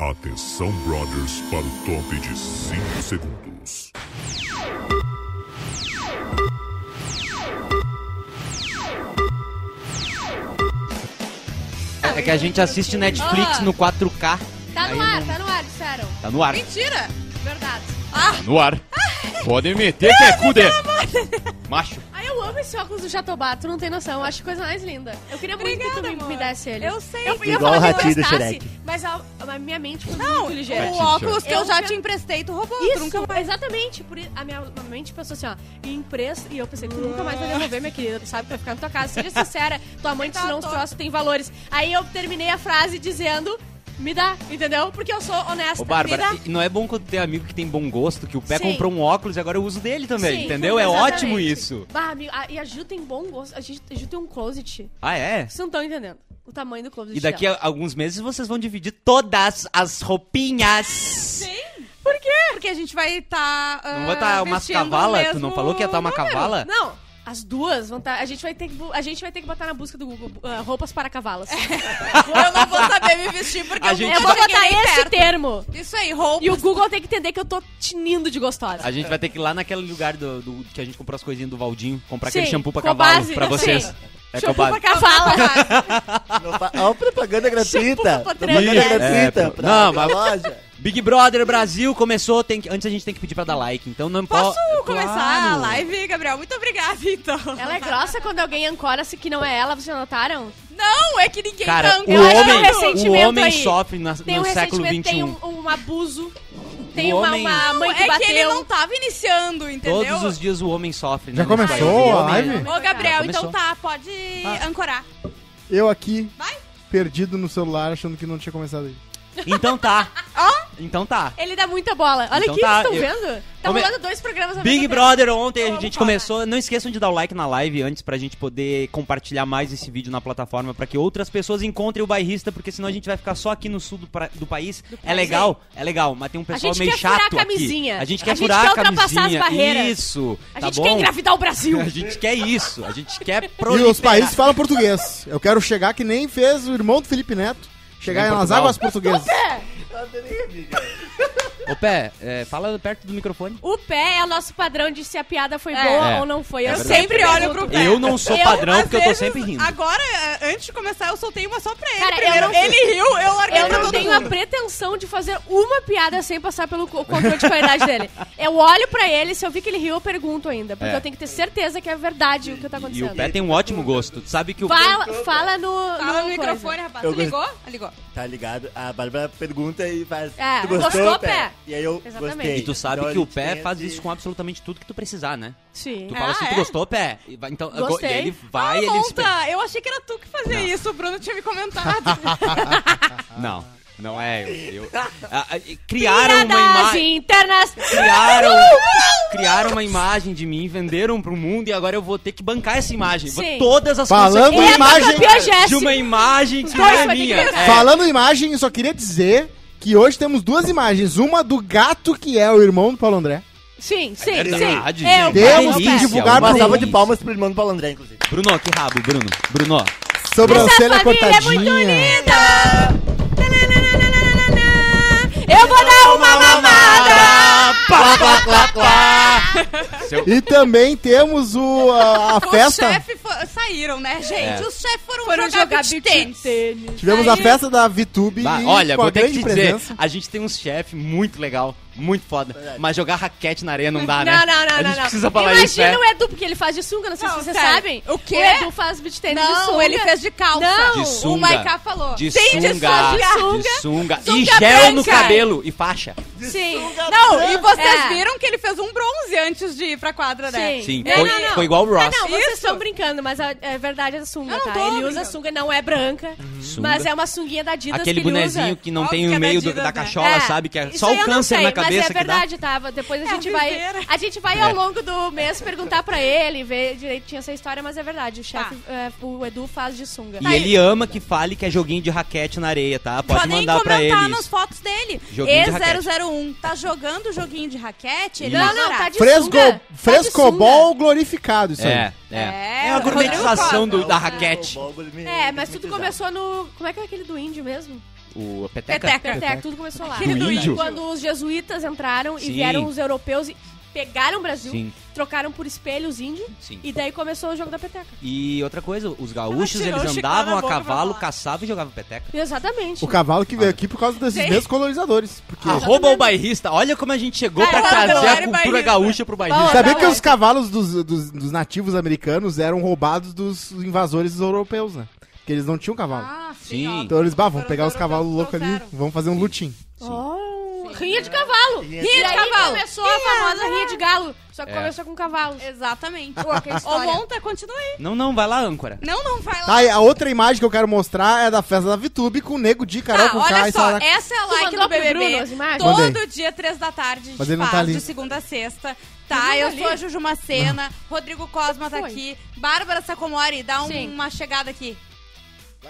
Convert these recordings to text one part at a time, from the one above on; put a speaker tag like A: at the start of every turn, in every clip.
A: Atenção, brothers, para o top de 5 segundos.
B: É que a gente assiste Netflix
C: Ó.
B: no 4K.
C: Tá no
B: Aí
C: ar,
B: não-
C: tá no ar, disseram.
B: Tá no ar.
C: Mentira! Verdade. Ah,
D: Tá No ar. Podem meter que é cude. Macho.
C: ai, eu amo esse óculos do Jatobá, tu não tem noção, eu acho a coisa mais linda. Eu queria muito que tu
E: Obrigada,
C: me,
E: amor.
C: me desse ele.
E: Eu sei.
C: Eu
E: Eu,
C: ia
F: Igual
C: falar
F: o
C: que eu
F: ratinho do
C: emprestasse,
F: Shrek.
C: mas a, a minha mente foi
E: não,
C: muito ligeira.
E: o óculos que eu,
C: Eu
E: já
C: já-
E: te emprestei, tu roubou.
C: Isso,
E: Tu nunca mais...
C: exatamente. Por, i- a minha, a minha mente pensou assim, ó, em preço, e eu pensei, tu nunca mais vai devolver, minha querida, tu sabe que vai ficar na tua casa. Seja sincera, tua mãe te
E: Tá,
C: ensinou os
E: tô.
C: troços, tem valores. Aí eu terminei a frase dizendo, me dá, entendeu? Porque eu sou honesta.
B: Ô, Bárbara,
C: me dá.
B: e não é bom quando tem amigo que tem bom gosto, que o pé
C: Sim.
B: comprou um óculos e agora eu uso dele também,
C: Sim,
B: entendeu? É
C: exatamente.
B: ótimo isso.
C: Bah, amigo, a- e a Ju tem bom gosto. A gente, a Ju tem um closet.
B: Ah, é?
C: Vocês não estão entendendo o tamanho do closet
B: E daqui
C: dela.
B: a alguns meses vocês vão dividir todas as roupinhas.
E: Por quê? Porque a gente vai tá, ah, estar.
B: Não vai estar uma cavala? Tu não falou que ia estar uma cavala?
C: Não, as duas vão estar. a gente vai ter que bu- a gente vai ter que botar na busca do Google ah, roupas para
B: É,
C: cavalas.
E: Eu não vou saber me vestir porque
B: A
E: eu
B: gente
C: eu
E: não
C: vou
B: vai-
E: cheguei
C: botar
E: nem
C: esse
E: perto.
C: termo.
E: Isso aí, roupa.
C: E o Google tem que entender que eu tô tinindo de gostosa.
B: A gente vai ter que ir lá naquele lugar do, do- que a gente comprou as coisinhas do Valdinho, comprar
C: Sim,
B: aquele shampoo pra
C: com
B: cavalo
C: base,
B: pra
C: sim.
B: vocês. É
E: Shampoo
B: cobase.
E: pra cavala.
F: Olha propaganda gratuita.
C: pra
F: Propaganda
B: trans.
F: gratuita.
B: É,
F: pra,
B: não,
F: pra
B: mas-
F: loja.
B: Big Brother Brasil começou, tem que- antes a gente tem que pedir pra dar like, então não importa.
E: Posso começar a live, Gabriel? Muito obrigada, então.
C: Ela é grossa quando alguém ancora-se que não é ela, vocês notaram?
E: Não, é que ninguém
B: Cara,
E: tanca.
B: o
C: Eu acho que tem um
B: homem, o
C: ressentimento
B: homem
C: aí.
B: sofre na-
C: Tem
B: no
C: um
B: século XXI.
C: ressentimento, tem um, um abuso, tem
B: O
C: uma,
B: Um homem-
C: uma mãe que
E: é
C: bateu.
E: que ele não tava iniciando, entendeu?
B: Todos os dias o homem sofre.
G: Já
B: né, nesse
G: começou
B: país. O
G: a
B: homem- é-
G: live?
E: Ô, Gabriel, então
B: Começou. Ah.
E: tá, pode ancorar.
G: Eu aqui,
E: Vai.
G: perdido no celular, achando que não tinha começado aí.
B: Então tá. Então tá.
C: Ele dá muita bola. Olha
B: Então
C: aqui,
B: tá,
C: vocês estão
B: eu-
C: vendo? Tá
B: Homem-
C: rolando dois programas ao
B: Big
C: mesmo tempo.
B: Brother ontem a
E: Vamos
B: gente
E: falar.
B: começou. Não esqueçam de dar o like na live antes pra gente poder compartilhar mais esse vídeo na plataforma pra que outras pessoas encontrem o bairrista, porque senão a gente vai ficar só aqui no sul do, pra- do país. É legal, é legal, mas tem um pessoal
C: gente
B: meio
C: quer
B: chato
C: furar a
B: aqui.
C: camisinha.
B: A gente
C: A
B: quer
C: gente
B: furar
C: quer
B: a
C: ultrapassar as
B: camisinha.
C: barreiras.
B: Isso.
C: A
B: tá
C: gente
B: bom?
C: quer engravidar o Brasil.
B: A gente quer isso. A gente quer
G: E
B: proliferar.
G: os países falam português. Eu quero chegar que nem fez o irmão do Felipe Neto. Chegar
B: Chegar em
G: nas
B: Portugal.
G: águas portuguesas.
B: Ô, Pé, é, fala perto do microfone.
C: O pé é o nosso padrão de se a piada foi
E: É.
C: boa
B: É.
C: ou não foi.
B: É
C: eu
B: verdade.
C: sempre olho pro
E: pro pé.
B: Eu não sou padrão
E: às
B: porque eu tô
E: vezes,
B: sempre rindo.
E: Agora, eh, antes de começar, eu soltei uma só pra ele.
C: Cara, eu
E: Primeiro,
C: não-
E: ele riu, eu larguei
C: Eu
E: pra
C: não
E: todo
C: tenho a
E: mundo.
C: pretensão de fazer uma piada sem passar pelo co- controle de qualidade dele. Eu olho pra ele, se eu vi que ele riu, eu pergunto ainda. Porque
B: É.
C: eu tenho que ter certeza que é verdade o que
B: E
C: tá acontecendo.
B: o Pé tá tem um ótimo gosto. Tu sabe que o
C: Fala, fala no,
E: Fala no
C: coisa.
E: microfone, rapaz.
F: Eu
E: Tu ligou? Ah, ligou.
F: Tá ligado? A Bárbara pergunta e faz.
C: É,
F: tu gostou,
C: gostou,
F: pé?
C: Pé?
F: E aí eu
C: Exatamente.
F: gostei.
B: E tu sabe
F: Então,
B: que o
F: eles
B: pé
F: têm
B: faz
F: esse-
B: isso com absolutamente tudo que tu precisar, né?
C: Sim.
B: Tu fala
E: Ah,
B: assim,
E: é?
B: tu gostou, pé? E vai- então, agora-
C: Gostei.
B: E ele vai,
E: Ah,
B: ele
E: monta,
B: espera.
E: eu achei que era tu que fazia isso. O Bruno tinha me comentado.
B: Não, não é eu. eu- Ah, ah, e criaram uma
C: Piadas
B: imagem.
C: internas.
B: Criaram, criaram uma imagem de mim, venderam pro mundo e agora eu vou ter que bancar essa imagem. Vou-
C: Sim.
B: Todas as
G: Falando
B: consequências
G: em imagem-
C: Campeã Jéssica.
B: de uma imagem que
C: dois
B: não é
C: vai ter que
B: minha.
C: bancar.
B: É.
G: Falando em imagem, eu só queria dizer que hoje temos duas imagens. Uma do gato que é o irmão do Paulo André.
C: Sim, sim,
B: É verdade,
C: sim. É,
B: gente.
C: Eu,
G: Temos
C: eu,
G: que
C: eu,
G: divulgar
F: Uma
G: pro
F: salva
G: mundo.
F: de palmas pro irmão do Paulo André, inclusive.
B: Bruno, que rabo, Bruno. Bruno,
G: Sobrancelha
C: Essa família é muito
G: cortadinha.
C: eu vou dar uma
G: E também temos o, a, a
E: Os
G: festa.
E: chefes fo- saíram, né, gente?
B: É.
E: Os chefes foram,
C: Foram
E: jogar,
C: jogar
E: beach
C: beat
E: tênis.
C: tênis.
G: Tivemos a
E: Aí-
G: festa da VTube.
B: Bah,
G: e
B: olha,
G: com a
B: vou ter que
G: grande
B: te
G: presença.
B: dizer, a gente tem um chefe muito legal, muito foda, mas jogar raquete na areia não dá, né?
C: Não, não, não,
B: a
C: não,
B: gente
C: não.
B: precisa falar
C: Imagina
B: isso, é.
C: o Edu, porque ele faz de sunga, não sei
E: Não,
C: se vocês
E: sério.
C: sabem.
E: O quê?
C: O Edu faz beat tênis de
E: Não,
C: sunga.
E: ele fez de calça.
C: Não,
B: De sunga.
E: o Maiká falou.
B: De
E: Sim,
B: sunga,
E: sunga.
B: de sunga,
E: sunga
B: e gel no
E: branca.
B: cabelo e faixa.
C: Sim.
E: Não, e vocês
C: É.
E: viram que ele fez um bronze antes de ir pra quadra, né?
C: Sim.
B: Sim,
C: Não,
B: foi,
C: não, não.
B: foi igual o
C: Ah,
B: Ross.
C: não, vocês
E: Isso.
C: estão brincando, mas a, é verdade é a sunga,
E: Eu não
C: tá?
E: tô
C: Ele usa a
E: brincando.
C: sunga, não é branca,
B: Uhum. Sunga.
C: mas é uma sunguinha da Adidas
B: Aquele
C: que ele
B: bonezinho
C: usa.
B: que não
E: Óbvio
B: tem
E: que é
B: o meio
E: da
B: do- da
E: Adidas, né?
B: cachola,
C: É.
B: sabe? Que é
C: Isso
B: só
C: aí eu
B: o
C: não
B: câncer
C: sei,
B: na cabeça
C: Mas é
B: que dá.
C: verdade, tá? Depois a
E: É
C: gente
E: a
C: vai.
E: viveira.
C: A gente vai
B: É.
C: ao longo do mês perguntar pra ele, ver direitinho essa história, mas é verdade. O chefe, é, o Edu faz de sunga.
B: E ele ama que fale que é joguinho de raquete na areia, tá? Pode
E: Podem
B: mandar pra ele.
E: comentar nas
B: isso.
E: fotos dele.
B: Joguinho de raquete.
E: E001 tá jogando o joguinho de raquete? Ele
B: Isso.
C: Não, não, tá de
G: Fresgo,
C: sunga. Tá de
G: frescobol glorificado, isso aí.
B: É,
E: É,
B: é. É a gourmetização
E: Rodrigo
F: um
B: do- da raquete.
C: Tá,
F: Então,
C: é sunga. É, mas tudo começou no. Como é que é aquele do índio mesmo?
D: o, a peteca.
E: Peteca.
C: Peteca, tudo começou lá.
D: Do
C: E
D: índio?
C: Quando os jesuítas entraram
B: Sim.
C: e vieram os europeus e pegaram o Brasil,
B: Sim.
C: trocaram por espelhos índio,
B: Sim.
C: e daí começou o jogo da peteca.
B: E outra coisa, os gaúchos,
E: tirou
B: eles
E: o chiclete
B: andavam
E: da
B: a
E: boca pra
B: cavalo,
E: falar.
B: caçavam e jogavam peteca.
C: Exatamente.
G: O cavalo que veio aqui por causa desses
E: Sim.
G: mesmos colonizadores. Porque
B: Arroba o bairrista, olha como a gente chegou
E: Ah,
B: pra
E: não, não
B: trazer a
E: era
B: cultura
E: bairrista.
B: gaúcha pro
C: Não,
B: bairrista.
G: sabia
C: não,
G: que
C: é.
G: os cavalos dos, dos- dos nativos americanos eram roubados dos invasores europeus, né? Porque eles não tinham cavalo.
E: Ah,
B: Sim.
E: ó.
G: então eles, bah, vamos
E: Foram
G: pegar os
E: europeus,
G: cavalos loucos ali,
E: trouxeram.
G: vamos fazer um lutim.
C: Oh, rinha de cavalo.
F: Rinha
C: Rinha
E: de
C: de
E: cavalo.
C: cavalo. começou a famosa rinha de galo, só que
B: É.
C: começou com cavalos.
E: Exatamente.
C: Pô, que
E: Ô,
C: história.
E: monta, continua aí.
B: Não, não, vai lá, âncora.
E: Não, não, vai lá.
G: Tá, e a outra imagem que eu quero mostrar é da festa da Vitube com o Nego Di, Carol
E: Tá,
G: com
E: olha
G: K e
E: só,
G: Sara...
E: essa é a like
C: mandou pro
E: do BBB.
C: Bruno Ah, as imagens?
E: Todo
G: Mandei.
E: dia, três da tarde, a gente
G: Mas ele não
E: faz,
G: tá ali.
E: de segunda a sexta. Tá, eu sou a Juju Macena, Rodrigo Cosma tá
C: Foi.
E: aqui, Bárbara Sacomori, dá um-
C: Sim.
E: uma chegada aqui.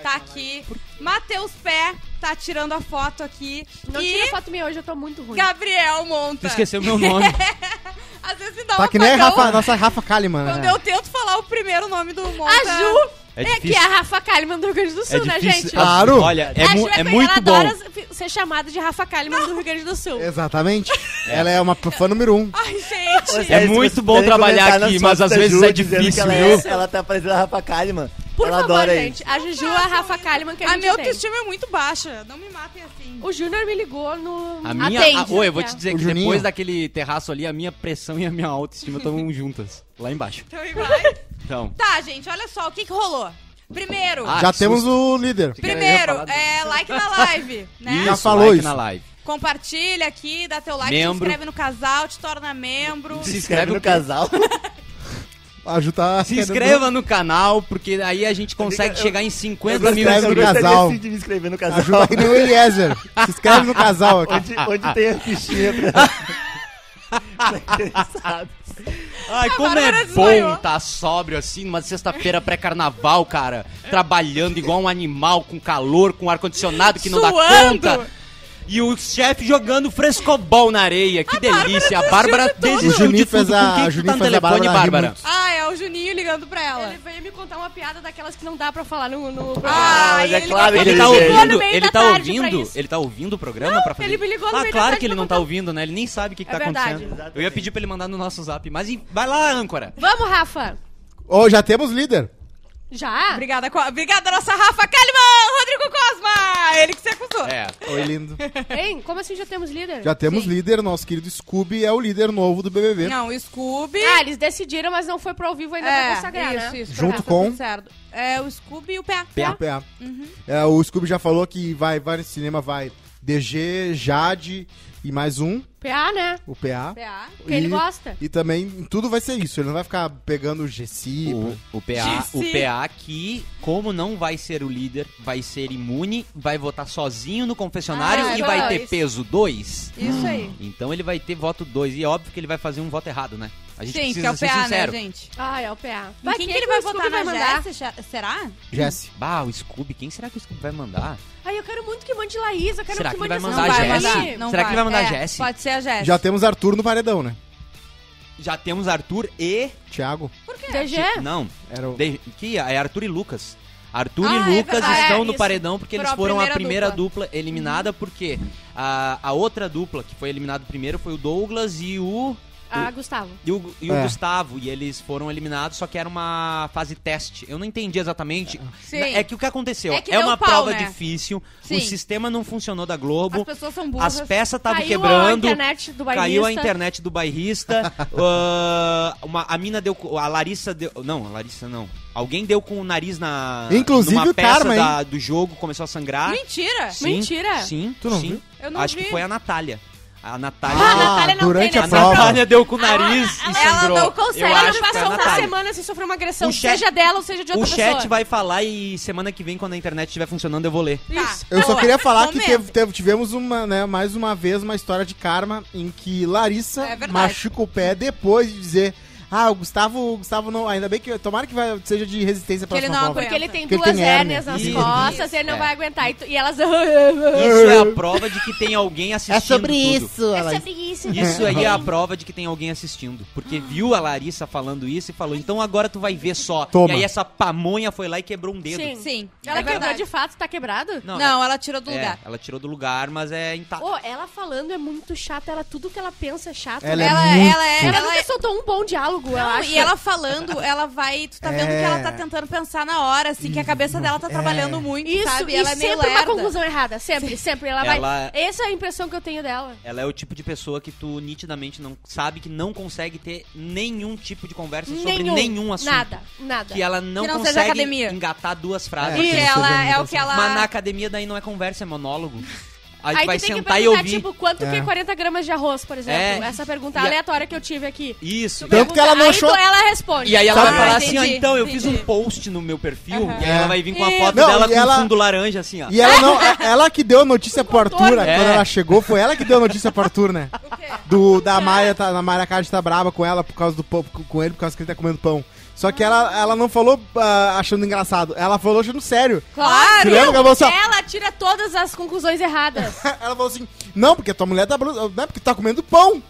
E: Tá aqui. Matheus Pé tá tirando a foto aqui.
C: Não
E: e
C: tira foto minha hoje, eu tô muito ruim.
E: Gabriel
B: Tu
E: Monta.
B: esqueceu meu nome.
E: Às vezes me dá um
G: Tá que nem a
E: apagão
G: Rafa, nossa Rafa Kalimann,
E: Quando
G: né?
E: eu tento falar o primeiro nome do Monta.
C: A Ju
B: É
C: é,
B: difícil.
C: que é a Rafa Kalimann do Rio Grande do Sul,
B: É
C: né,
B: difícil.
C: gente?
G: Ah, Claro.
B: Olha, é,
C: a
B: mu-
C: Ju
B: é
C: é
B: muito bom.
C: ela adora ser chamada de Rafa Kalimann do Rio Grande do Sul.
G: Exatamente. Ela é uma fã número um.
E: Ai, gente.
F: Vocês
B: É muito bom
F: podem
B: trabalhar
F: comentar nas
B: aqui, mas
F: fotos
B: às
F: da
B: vezes
F: Ju
B: é
F: dizendo que
B: difícil,
F: ela é-
B: viu?
F: Ela tá parecendo a Rafa Kalimann.
C: Por
F: ela
C: favor,
F: adora
C: gente. A Juju é a Rafa Kalimann que a,
E: A
C: gente
E: minha
C: tem.
E: autoestima é muito baixa. Não me matem assim.
C: O Júnior me ligou no...
B: A minha.
C: Atende,
B: ah, oi, eu vou
C: é.
B: te dizer
G: O
B: que
G: Juninho.
B: depois daquele terraço ali, a minha pressão e a minha autoestima estão juntas. Lá embaixo.
E: Então e vai.
B: Então.
E: Tá, gente, olha só o que, que rolou. Primeiro,
B: Ah,
G: Já
B: que
G: temos o líder.
E: primeiro,
B: Eu ia falar
E: é like na live, né?
G: Já falou
B: like
G: isso.
B: na live.
E: Compartilha aqui, dá teu like,
B: Membro.
E: se inscreve no casal, te torna membro.
B: Se
F: Se
B: inscreve
F: inscreve no casal.
G: Ajudar
B: Se inscreva no canal, porque aí a gente consegue
F: Eu-
B: chegar em
F: Eu
B: 50
F: gostaria-
B: mil
G: inscreve no
F: eu
B: inscritos.
F: gostaria
G: casal.
F: sim de me inscrever no
G: Ajuda
F: casal.
G: aqui no Eliezer. Se inscreve no casal aqui.
B: Ah,
F: Onde, onde tem a fichinha pra... pra interessados.
B: Ai, como
E: Bárbara
B: é
E: desmaiou.
B: bom tá sóbrio assim, numa sexta-feira pré-carnaval, cara. Trabalhando igual um animal, com calor, com ar-condicionado que não dá
E: Suando.
B: conta. E o chefe jogando frescobol na areia. Que delícia.
C: tá
B: A Bárbara desistiu
G: O Juninho
B: de tudo.
G: fez a-
B: Com quem
G: o
B: que tu
G: Juninho
B: tá no
G: fez a
B: telefone,
G: Bárbara rir
B: Bárbara?
G: muito.
E: Ah, é o Juninho ligando pra ela.
C: Ele veio me contar uma piada daquelas que não dá pra falar no, no
E: Ah,
C: programa.
F: mas é
E: ele-
F: claro que
B: Ele
F: ele é
B: tá
F: veio.
C: ligou no
B: ouvindo,
C: meio
B: ele
C: da
B: tá
C: tarde pra
B: ouvindo,
C: isso.
B: ele tá ouvindo o programa pra fazer.
C: ele me ligou no
B: ah,
C: meio da
B: claro
C: tarde
B: que ele
C: pra
B: não tá
C: contar.
B: ouvindo, né? Ele nem sabe o que, que
C: É
B: tá
C: verdade.
B: acontecendo. Eu ia pedir pra ele mandar no nosso zap, mas em- vai lá, âncora.
C: Vamos, Rafa.
G: Ô, já temos líder.
C: Já?
E: Obrigada, co- obrigada nossa Rafa Kalimann, Rodrigo Cosma, ele que se acusou.
B: É.
G: Oi, lindo.
C: Hein? Como assim já temos líder?
G: Já temos
E: Sim.
G: líder. Nosso querido Scooby é o líder novo do BBB.
E: Não, o Scooby... é,
C: Ah, eles decidiram, mas não foi pro ao vivo ainda pra consagrar,
E: isso,
C: né?
E: isso.
G: Junto
E: Rafa,
G: com-
E: tudo certo. É, o Scooby e o Pé.
G: O PA.
C: Uhum.
G: É, o Scooby já falou que vai, vai no cinema, vai DG, Jade e mais um,
C: PA, né?
G: o PA.
E: PA.
C: Que ele gosta.
G: E também tudo vai ser isso. Ele não vai ficar pegando o GC.
B: O,
E: Tipo,
B: o PA,
E: Disse.
B: o PA que, como não vai ser o líder, vai ser imune, vai votar sozinho no confessionário
E: Ah,
B: e vai ter
E: dois.
B: peso 2.
E: Isso aí.
B: Então ele vai ter voto 2. E é óbvio que ele vai fazer um voto errado, né? A gente
E: Sim, porque é
B: precisa
E: o
B: ser
E: PA,
B: sincero.
E: né, gente?
C: Ah, é o PA.
E: Em quem que ele vai
C: o Scooby
E: votar na
C: vai mandar?
E: Jéssica? Será?
G: Jesse.
B: Bah, o Scooby, quem será que o Scooby vai mandar?
C: Ai, eu quero muito que mande Laís, eu quero
B: Será
C: que
B: que
C: mande
B: vai
C: essa
B: mandar
E: Não
B: a
E: vai
C: Laís.
B: Jessi?
E: mandar, não
B: Será que
E: vai.
B: ele vai mandar a
E: É,
B: Jessi?
E: Pode ser a Jéssica.
G: Já temos Arthur no paredão, né?
B: Já temos Arthur e.
G: Thiago.
C: DG?
B: Não,
G: Era o...
B: de- que é Arthur e Lucas. Arthur
E: Ah,
B: e
E: é
B: Lucas
E: verdade,
B: estão
E: é,
B: no
E: isso.
B: paredão porque eles
E: Foram
B: foram
E: a
B: a
E: primeira
B: primeira
E: Uhum.
B: dupla, eliminada, porque a, a outra dupla que foi eliminada primeiro foi o Douglas e o.
C: Ah, Gustavo.
B: E o, e o
G: É.
B: Gustavo, e eles foram eliminados, só que era uma fase teste. Eu não entendi exatamente.
E: Sim.
B: É que o que aconteceu?
E: É que deu
B: uma
E: pau,
B: prova
E: né?
B: difícil, o
E: Sim.
B: sistema não funcionou da Globo,
E: As pessoas são burras.
B: as peças estavam
C: Caiu
B: quebrando.
C: a internet do bairrista.
B: Caiu a internet do bairrista. ah, uma, a mina deu. co- A Larissa deu. Não, a Larissa não. Alguém deu com o nariz na.
G: Inclusive
B: numa
G: o
B: peça
G: Karma,
B: da- do jogo, começou a sangrar.
E: Mentira!
C: Mentira.
B: Sim.
G: Tu não
B: sim.
G: viu?
E: Eu não
B: Acho
E: vi.
B: que foi a Natália. A
C: Ah, a
B: Natália.
C: Natália não
G: durante
C: tem,
G: a
B: a
C: né?
G: prova.
B: Natália deu com o nariz e
E: ela
B: sangrou.
E: não consegue,
B: Eu
E: ela
C: Ela
B: acho
C: não
B: que foi a
C: passa uma
B: Natália.
C: semana sem sofrer uma agressão,
B: O chat-
C: seja dela ou seja de
B: O
C: outra pessoa.
B: chat vai falar e semana que vem, quando a internet estiver funcionando, eu vou ler.
E: Isso.
G: Eu só
E: Boa.
G: queria falar que
E: Momento.
G: teve- teve- tivemos uma, né, mais uma vez uma história de karma em que Larissa
E: É verdade.
G: machuca o pé depois de dizer Ah, o Gustavo, o Gustavo não. Ainda bem que. Tomara que vai, seja de resistência
E: Que
G: para
E: ele
G: a
E: não
G: prova.
E: aguenta.
C: Porque ele tem
G: Porque ele
C: duas
G: tem hérnia.
C: hérnias nas
B: Isso.
C: costas,
E: Isso,
C: ele não
B: é.
C: vai aguentar. E, tu- e elas.
B: Isso é a prova de que tem alguém assistindo.
F: Uhum. É sobre
B: tudo.
F: isso. Ela...
C: isso.
B: Isso aí é a prova de que tem alguém assistindo. Porque viu a Larissa falando isso e falou, então agora tu vai ver só.
G: Toma.
B: E aí essa pamonha foi lá e quebrou um dedo.
C: Sim.
E: Sim.
C: Ela
E: é
C: quebrou
E: verdade.
C: de fato, tá quebrado?
E: Não,
B: ela,
E: ela tirou do
B: é,
E: lugar.
B: ela tirou do lugar, mas é intacto.
C: Ô, ela falando é muito chata, ela tudo que ela pensa é chato.
G: Ela
E: Ela,
G: é
E: ela,
G: muito-
E: é.
C: Ela
E: Ela
C: nunca
E: é
C: soltou um bom diálogo, eu
E: não,
C: acho.
E: e ela falando, ela vai. Tu tá vendo
G: É.
E: que ela tá tentando pensar na hora, assim, que a cabeça dela tá trabalhando muito,
C: Isso,
E: sabe?
C: e
E: ela é meio
C: sempre uma
E: lerda.
C: conclusão errada. Sempre, sempre. Ela,
B: Ela-
C: vai. Essa é a impressão que eu tenho dela.
B: Ela é o tipo de pessoa que tu nitidamente não sabe que não consegue ter nenhum tipo de conversa sobre nenhum assunto.
C: Nada, nada.
B: Que ela não,
E: Que não seja
B: consegue
E: academia.
B: engatar duas frases. Tipo,
E: Porque
G: É, que não seja
E: ela é
G: muito
E: o que ela.
B: Mas na academia daí não é conversa, é monólogo. Aí, tu
C: Aí
B: vai
C: tu tem que
B: sentar e
C: perguntar,
B: ouvir.
C: tipo, quanto que
G: É.
C: é 40 gramas de arroz, por exemplo?
B: É.
C: Essa pergunta
B: E a-
C: aleatória que eu tive aqui.
B: Isso.
G: Tanto que ela não
C: aí
G: achou-
C: tu- ela responde.
B: E aí ela
G: Sabe-
B: vai falar
E: Ah,
B: assim, ó,
E: entendi,
B: então eu fiz um
E: entendi.
B: post no meu perfil,
E: Aham.
B: e aí ela
G: É.
B: vai vir com a foto
G: Não,
B: dela
G: e
B: com
G: ela-
B: um fundo laranja, assim, ó.
G: E ela não. é- Ela que deu a notícia pro Arthur, né,
B: É.
G: quando ela chegou, foi ela que deu a notícia pro Arthur, né?
E: né? O quê?
G: Do, da Maia, tá, a Maia Card tá brava com ela por causa do pão, com ele, por causa que ele tá comendo pão. Só que ela, ela não falou ah, achando engraçado, ela falou achando sério.
E: Claro!
G: Lembra que ela falou assim, ó,
C: Ela tira todas as conclusões erradas.
G: Ela falou assim: Não, porque tua mulher tá. blu- Não é porque tu tá comendo pão.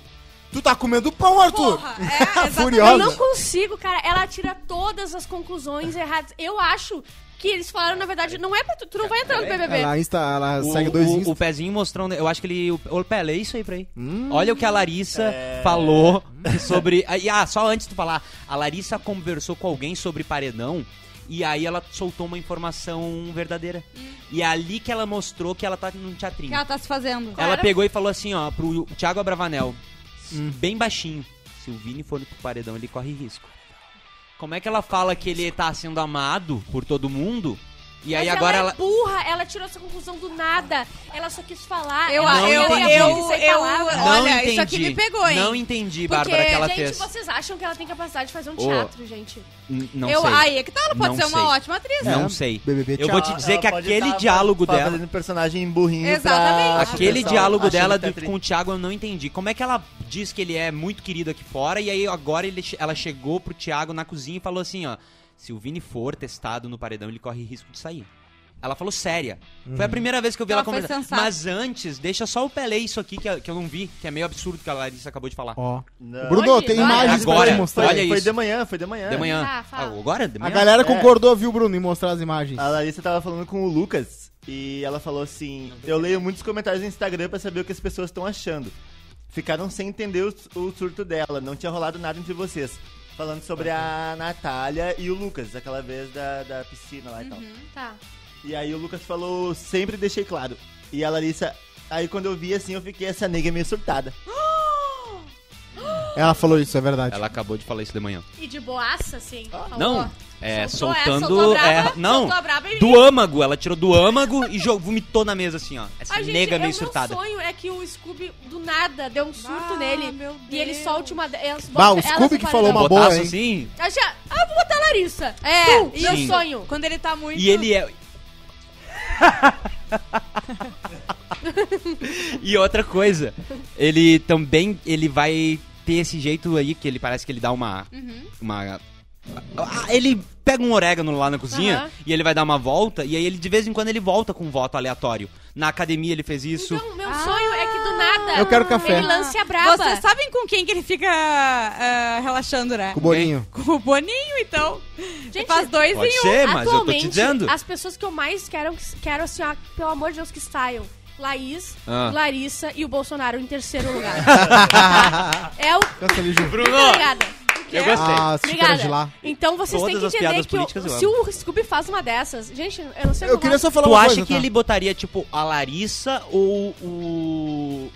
G: Tu tá comendo pão, Arthur.
E: Porra, é, exatamente.
G: Furiosa.
C: Eu não consigo, cara. Ela tira todas as conclusões erradas. Eu acho que eles falaram, na verdade, não é pra tu. Tu não vai entrar no BBB.
G: Ela, insta, ela
B: O,
G: segue dois
B: o,
G: insta. Hum.
B: o pezinho mostrando. Eu acho que ele. O, o Pelé, é isso aí pra aí. Olha o que a Larissa
C: É.
B: falou sobre. e, Ah, só antes de tu falar. A Larissa conversou com alguém sobre paredão. E aí ela soltou uma informação verdadeira.
C: Hum.
B: E é ali que ela mostrou que ela tá num
E: O
B: teatrinho.
E: que ela tá se fazendo?
B: Ela pegou e falou assim, ó, pro Thiago Abravanel,
G: Hum.
B: bem baixinho. Se o Vini for pro paredão, ele corre risco. Como é que ela fala que ele tá sendo amado por todo mundo? E aí
C: Mas
B: agora
C: ela
B: ela.
C: é burra, ela tirou essa conclusão do nada. Ela só quis falar.
E: Eu,
C: ela
B: Não
E: eu,
C: queria
E: eu,
C: dizer
E: eu,
C: palavras.
B: Não
E: olha,
B: entendi.
E: isso aqui me pegou, hein?
B: Não entendi,
E: Porque,
B: Bárbara, que ela
C: gente,
B: fez.
C: vocês acham que ela tem capacidade de fazer um
B: Ô.
C: teatro, gente?
B: N- Não
E: eu,
B: sei.
E: Aí é que tá, ela pode
B: Não
E: ser uma
B: sei.
E: ótima atriz.
B: Não
G: É,
B: sei.
G: BBB
B: eu vou te
G: tchau.
B: dizer
F: Ela
B: que
F: pode
B: aquele
F: tá-
B: diálogo
F: tá
B: dela.
F: Fazendo personagem burrinho. pra-
E: Exatamente.
B: Aquele
F: pessoal
B: diálogo
F: achando
B: dela
F: que tá
B: do-
F: tri-
B: com o Thiago eu não entendi. Como é que ela diz que ele é muito querido aqui fora e aí agora ele che- ela chegou pro Thiago na cozinha e falou assim, ó, se o Vini for testado no paredão, ele corre risco de sair. Ela falou séria. Foi
F: Uhum.
B: a primeira vez que eu vi
E: Ela
B: ela,
E: Então, foi
B: conversar.
E: sensata.
B: Mas antes, deixa só o Pelé isso aqui que, eu- que eu não vi, que é meio absurdo que a Larissa acabou de falar.
G: Ó.
F: Não.
G: Bruno,
C: Hoje?
G: tem
C: Olha,
G: imagens
B: agora,
G: pra te mostrar.
B: olha
F: foi, foi
B: isso.
F: de manhã, foi de manhã.
B: De manhã.
C: Tá, fala.
B: Ah, agora? De
G: A
B: manhã?
G: galera
F: É.
G: concordou, viu, Bruno, em mostrar as imagens.
F: A Larissa tava falando com o Lucas e ela falou assim: Eu leio muitos comentários no Instagram pra saber o que as pessoas estão achando. Ficaram sem entender o, o surto dela, não tinha rolado nada entre vocês. Falando sobre a Natália e o Lucas, aquela vez da, da piscina lá e tal.
C: Tá.
F: E aí o Lucas falou, sempre deixei claro. E a Larissa, aí quando eu vi assim, eu fiquei essa nega é meio surtada.
G: Ela falou isso, é verdade.
B: Ela acabou de falar isso de manhã.
C: E de boaça, assim. falou.
B: Não, é
C: Soltou essa,
B: soltando.
C: soltou a braba,
B: é, não,
C: soltou a braba e-
B: do âmago. Ela tirou do âmago e jogou, vomitou na mesa assim, ó. Essa
C: Ai, gente,
B: nega
C: eu-
B: meio
C: meu
B: surtada.
C: sonho é que o Scooby, do nada, deu um surto
E: Ah,
C: nele.
E: meu
C: E ele
E: Deus.
C: solte uma... Elas,
G: Bah, o
C: elas
G: Scooby
C: no
G: que
C: paredão.
G: falou uma
B: Botaço
G: boa, hein?
B: assim,
C: Achei, ah, vou botar a Larissa.
E: É,
C: Pum, meu
B: sim.
C: sonho.
E: Quando ele tá muito.
B: E ele é. e outra coisa, ele também ele vai ter esse jeito aí que ele parece que ele dá uma
C: Uhum.
B: uma Ah, ele pega um orégano lá na cozinha
C: Aham.
B: e ele vai dar uma volta e aí ele de vez em quando ele volta com um voto aleatório. Na academia ele fez isso.
C: Então, meu sonho é que do nada...
G: Eu quero café.
C: Ele lance a braba.
E: Ah. Vocês sabem com quem que ele fica ah, relaxando, né?
G: Com o Boninho.
E: Com o Boninho, então.
C: Gente,
E: Faz dois
B: Pode
E: em um.
B: ser, mas eu tô te
C: Atualmente,
B: dizendo.
C: as pessoas que eu mais quero, quero assim, ó, pelo amor de Deus, que saiam. Laís,
B: Ah.
C: Larissa e o Bolsonaro em terceiro lugar. Tá? é o...
G: Cancela Ju.
B: Bruno,
C: Obrigada.
B: eu gostei.
G: Ah,
C: Obrigada.
G: de lá.
C: Então vocês
B: Todas as
C: têm que entender
B: piadas
C: que
B: políticas
C: o-
B: eu
C: se
B: amo.
C: o Scooby faz uma dessas... Gente, eu não sei
G: Eu
C: como
G: queria só falar
B: tu
G: uma
B: acha
G: coisa,
B: que
G: tá?
B: ele botaria tipo a Larissa ou o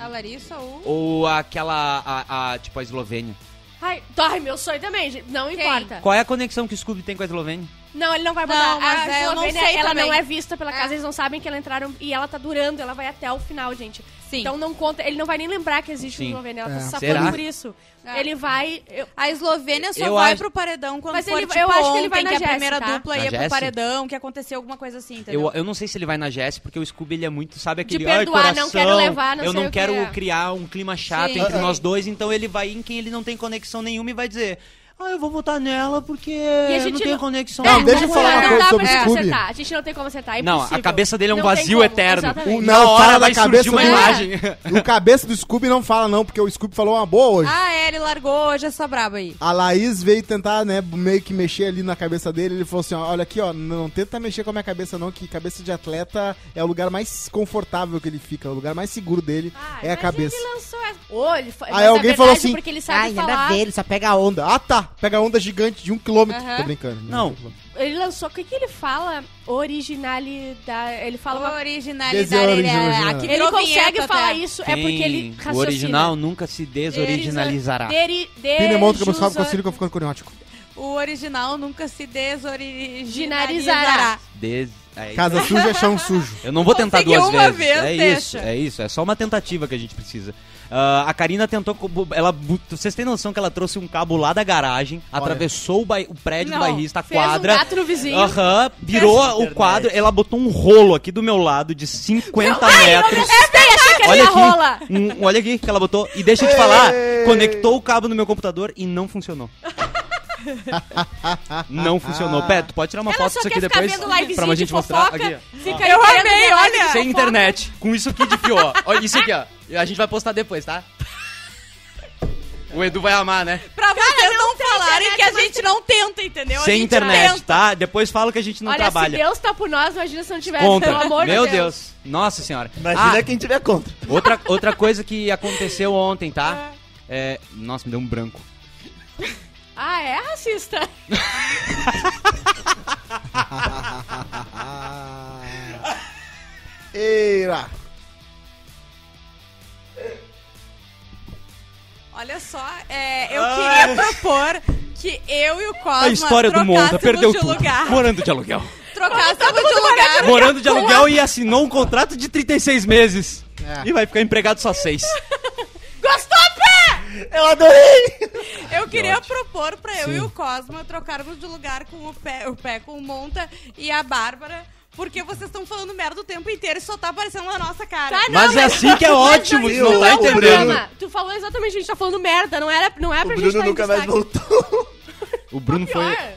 E: A Larissa, o.
B: ou aquela a- a tipo a Eslovênia?
C: Ai, ai, meu sonho também, gente. Não
E: Quem?
C: importa.
B: Qual é a conexão que o Scooby tem com a Eslovênia?
C: Não, ele não vai Ah, botar.
E: Não, mas
C: a
E: é, eu não
C: Eslovênia,
E: sei
C: Ela
E: também.
C: não é vista pela casa,
E: É.
C: eles não sabem que ela entraram e ela tá durando, ela vai até o final, gente.
E: Sim.
C: Então não conta, ele não vai nem lembrar que existe
B: Sim.
C: o Eslovênia, ela tá
G: É.
C: se
B: Será?
C: safando por isso.
E: É.
C: Ele vai... eu-
E: A Eslovênia só
B: Eu
E: vai
B: acho-
E: pro paredão quando
C: Mas
E: for,
C: ele-
E: tipo,
C: eu acho que ele
E: ontem,
C: vai na
E: a primeira
C: Jéssica. tá?
E: dupla
B: Na
E: ia pro
B: Jéssica?
E: paredão, que aconteceu alguma coisa assim, entendeu?
B: Eu, eu não sei se ele vai na Jess, porque o Scooby ele é muito, sabe, aquele
C: perdoar,
B: "Ai, coração,
C: não quero levar, não
B: eu
C: sei
B: não
C: o
B: quero
C: que é."
B: criar um clima chato
E: Sim.
B: entre
E: Ah,
B: nós dois, então ele vai em quem ele não tem conexão nenhuma e vai dizer, ah, eu vou votar nela porque
C: a
B: eu
C: gente
B: não tenho
C: não- É,
B: conexão
G: Não,
B: nenhuma
G: deixa eu
B: com
C: não
G: falar
B: ela."
G: uma
C: dá
G: coisa
C: pra
G: sobre
C: gente
G: Scooby.
C: acertar, A gente não tem como acertar, é
B: Não, a
C: impossível.
B: cabeça dele é um
C: Não tem
B: vazio
C: como,
B: eterno.
C: exatamente.
G: O-
B: Na
G: Não,
B: hora
G: fala
B: vai
G: da
B: surgir
G: cabeça
B: uma
G: do-
B: imagem.
G: O cabeça do Scooby não fala não, porque o Scooby falou uma boa hoje.
E: Ah, é, ele largou hoje essa braba aí.
G: A Laís veio tentar, né, meio que mexer ali na cabeça dele. Ele falou assim: ó, olha aqui, ó, não tenta mexer com a minha cabeça, não, que cabeça de atleta é o lugar mais confortável que ele fica, é o lugar mais seguro dele
C: Ah,
G: é a
C: mas
G: cabeça.
C: Ele lançou essa... Ô, ele fa-
G: Aí
C: mas é
G: alguém falou
C: verdade,
G: assim,
C: Porque ele sabe
G: nada a
C: falar.
G: ver, ele só pega a onda. Ah, tá. Pega a onda gigante de um quilômetro.
E: Aham.
G: Tô brincando. né?
B: Não.
C: Ele lançou... O que, que ele fala? Originalidade... Ele fala... uma-
G: Desenho
E: Originalidade, ele é...
G: original.
E: Aqui
C: Ele
E: virou
C: consegue
E: vinheta
C: falar
E: até.
C: isso, é
B: Quem-
C: porque ele raciocina.
B: O original nunca se desoriginalizará.
C: Deri, de,
G: Pneumonto que eu consigo que eu fico
F: É
G: coriótico.
E: O original nunca se
C: Ginarizará.
E: desoriginalizará.
B: Des- é,
G: Casa suja é chão sujo.
B: Eu não vou tentar
E: Consegui
B: duas
E: uma
B: vezes.
E: vez,
B: é
E: deixa.
B: isso, é isso. É só uma tentativa que a gente precisa. Ah, a Karina tentou. co- bu- Ela, bu- vocês têm noção que ela trouxe um cabo lá da garagem, atravessou o, bai- o prédio
E: Não,
B: do bairrista, a
C: Fez
B: quadra.
C: um gato no vizinho.
B: Aham, virou
F: Fez-
B: o quadro, ela botou um rolo aqui do meu lado de 50 metros. Olha
C: Olha
B: aqui,
C: rola.
B: um- olha aqui que ela botou. E deixa eu te falar, conectou o cabo no meu computador e não funcionou. não funcionou. Pé, tu pode tirar uma
C: Ela
B: foto
C: só
B: disso aqui
C: quer ficar
B: depois
C: vendo livezinha
B: pra
C: de
B: gente mostrar.
C: fofoca.
B: Aqui, ó.
C: Fica
E: Eu
C: aí vendo
E: amei,
C: ela
E: olha.
C: de
B: Sem
C: fofoca.
B: internet. Com isso aqui de pior. Olha isso aqui, ó. A gente vai postar depois, tá? O Edu vai amar, né?
E: Pra vocês não, falarem
C: internet,
E: que a
C: mas-
E: gente não tenta, entendeu? A
B: Sem
E: gente
B: internet,
E: tenta.
B: tá? Depois fala que a gente não
C: Olha,
B: trabalha.
C: se Deus tá por nós, imagina se não tivesse,
B: Contra.
C: pelo amor de
B: Meu
C: Deus.
B: Deus. Nossa senhora.
F: Imagina
B: Ah,
F: quem tiver contra.
B: outra, outra coisa que aconteceu ontem, tá? É, Nossa, me deu um branco.
C: Ah, é racista?
G: Eira.
E: Olha só, é, eu queria propor que eu e o Cosma
B: a história do Monta
E: trocássemos
B: perdeu
E: de
B: tudo.
E: lugar.
B: Morando de aluguel.
E: Trocássemos de lugar.
B: Morando de aluguel e assinou um contrato de 36 meses.
G: É.
B: E vai ficar empregado só seis.
E: Gostou, Pé?
F: Eu adorei!
E: Eu queria propor pra eu e o Cosma trocarmos de lugar com o Pé, o pé com o Monta e a Bárbara. Porque vocês estão falando merda o tempo inteiro e só tá aparecendo na nossa cara.
C: Tá, não,
B: Mas é assim que é ótimo,
C: mas
B: tu não
C: isso
B: tá
C: é um
B: entendendo.
C: programa. Tu falou exatamente, a gente tá falando merda, não, era, não é
F: O
C: pra gente
F: Bruno
C: tá em
F: nunca mais
C: destaque.
F: voltou.
B: O Bruno foi.
C: Pior.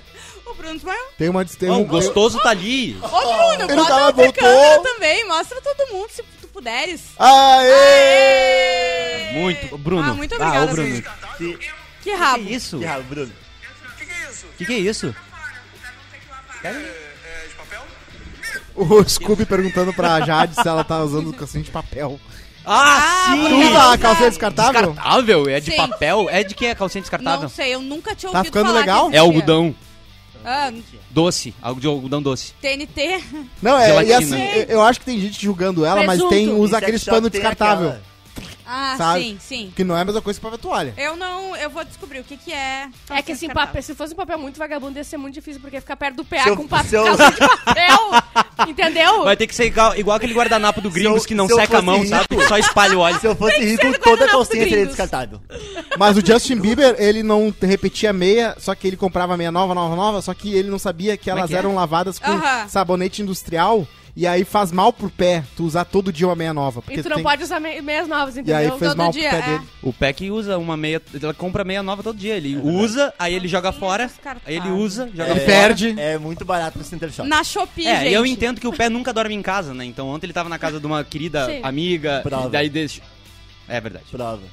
E: O Bruno desmaiou.
G: Tem uma tem
B: Não,
G: um-
B: o gostoso tá ali.
E: Ô, Bruno,
G: ele
E: bota
G: tava-
E: na tua
G: voltou.
E: câmera também. Mostra todo mundo, se tu puderes.
G: Aê!
E: Aê!
B: Muito. Bruno.
E: Ah, muito obrigada,
B: o Bruno.
E: Bruno.
F: Que,
E: Que
B: Que é
E: rabo.
B: isso?
F: que rabo, Ah, Bruno.
B: Que que é isso?
G: O Scooby perguntando pra Jade se ela tá usando calcinha de papel.
B: Ah,
E: Ah,
B: sim!
G: Tu usa a calcinha descartável?
B: Descartável? É de
E: Sim.
B: papel? É de que é calcinha
C: Tá
B: descartável?
E: Não sei, eu nunca tinha
G: Tá
E: ouvido
G: ficando
E: falar
G: legal?
E: que
B: É
E: existia.
B: algodão
E: Ah,
B: doce. Algo de algodão doce.
E: TNT.
G: Não, é, e
B: Gelatina.
G: assim, eu- eu acho que tem gente julgando ela, mas
C: Presunto.
G: tem usa
F: Sex
G: aqueles
F: shop
G: pano
F: tem
G: descartável.
F: aquela-
E: Ah,
G: Sabe?
E: sim, sim.
G: Que não é a mesma coisa que papel toalha.
E: Eu não... Eu vou descobrir o que que é...
C: É que assim, papel- se fosse um papel muito vagabundo, ia ser muito difícil, porque ia ficar perto do PA
F: Se eu-
C: com papel,
F: se eu-
C: calça de papel, entendeu?
B: Vai ter que ser igual, igual aquele guardanapo do Gringos
F: eu-
B: que não
F: se eu
B: seca a
F: fosse
B: mão,
F: rico-
B: sabe? Que Só espalha o óleo.
F: Se eu fosse rico, toda a calcinha seria descartável.
G: Mas o Justin Bieber, ele não te- repetia meia, só que ele comprava meia nova, nova, nova, só que ele não sabia que
B: é
G: elas
B: que é?
G: eram lavadas com
E: Aham.
G: sabonete industrial. E aí faz mal pro pé tu usar todo dia uma meia nova. Porque
C: E tu não
G: tem-
C: pode usar me- meias novas,
G: E
C: entendeu?
G: aí fez
E: todo
G: mal
E: dia,
G: pro
E: é.
G: pé dele.
B: O Peck usa uma meia. Ela compra meia nova todo dia. Ele usa, aí ele joga fora,
E: descartável.
B: aí ele usa, joga
G: Ele
B: fora.
G: perde.
F: É muito barato no Center Shop.
E: Na Shopee,
B: É,
E: gente.
B: e eu entendo que o pé nunca dorme em casa, né? Então ontem ele tava na casa de uma querida
C: Sim.
B: amiga,
F: Bravo.
B: e daí deixa. É verdade.
F: Prova.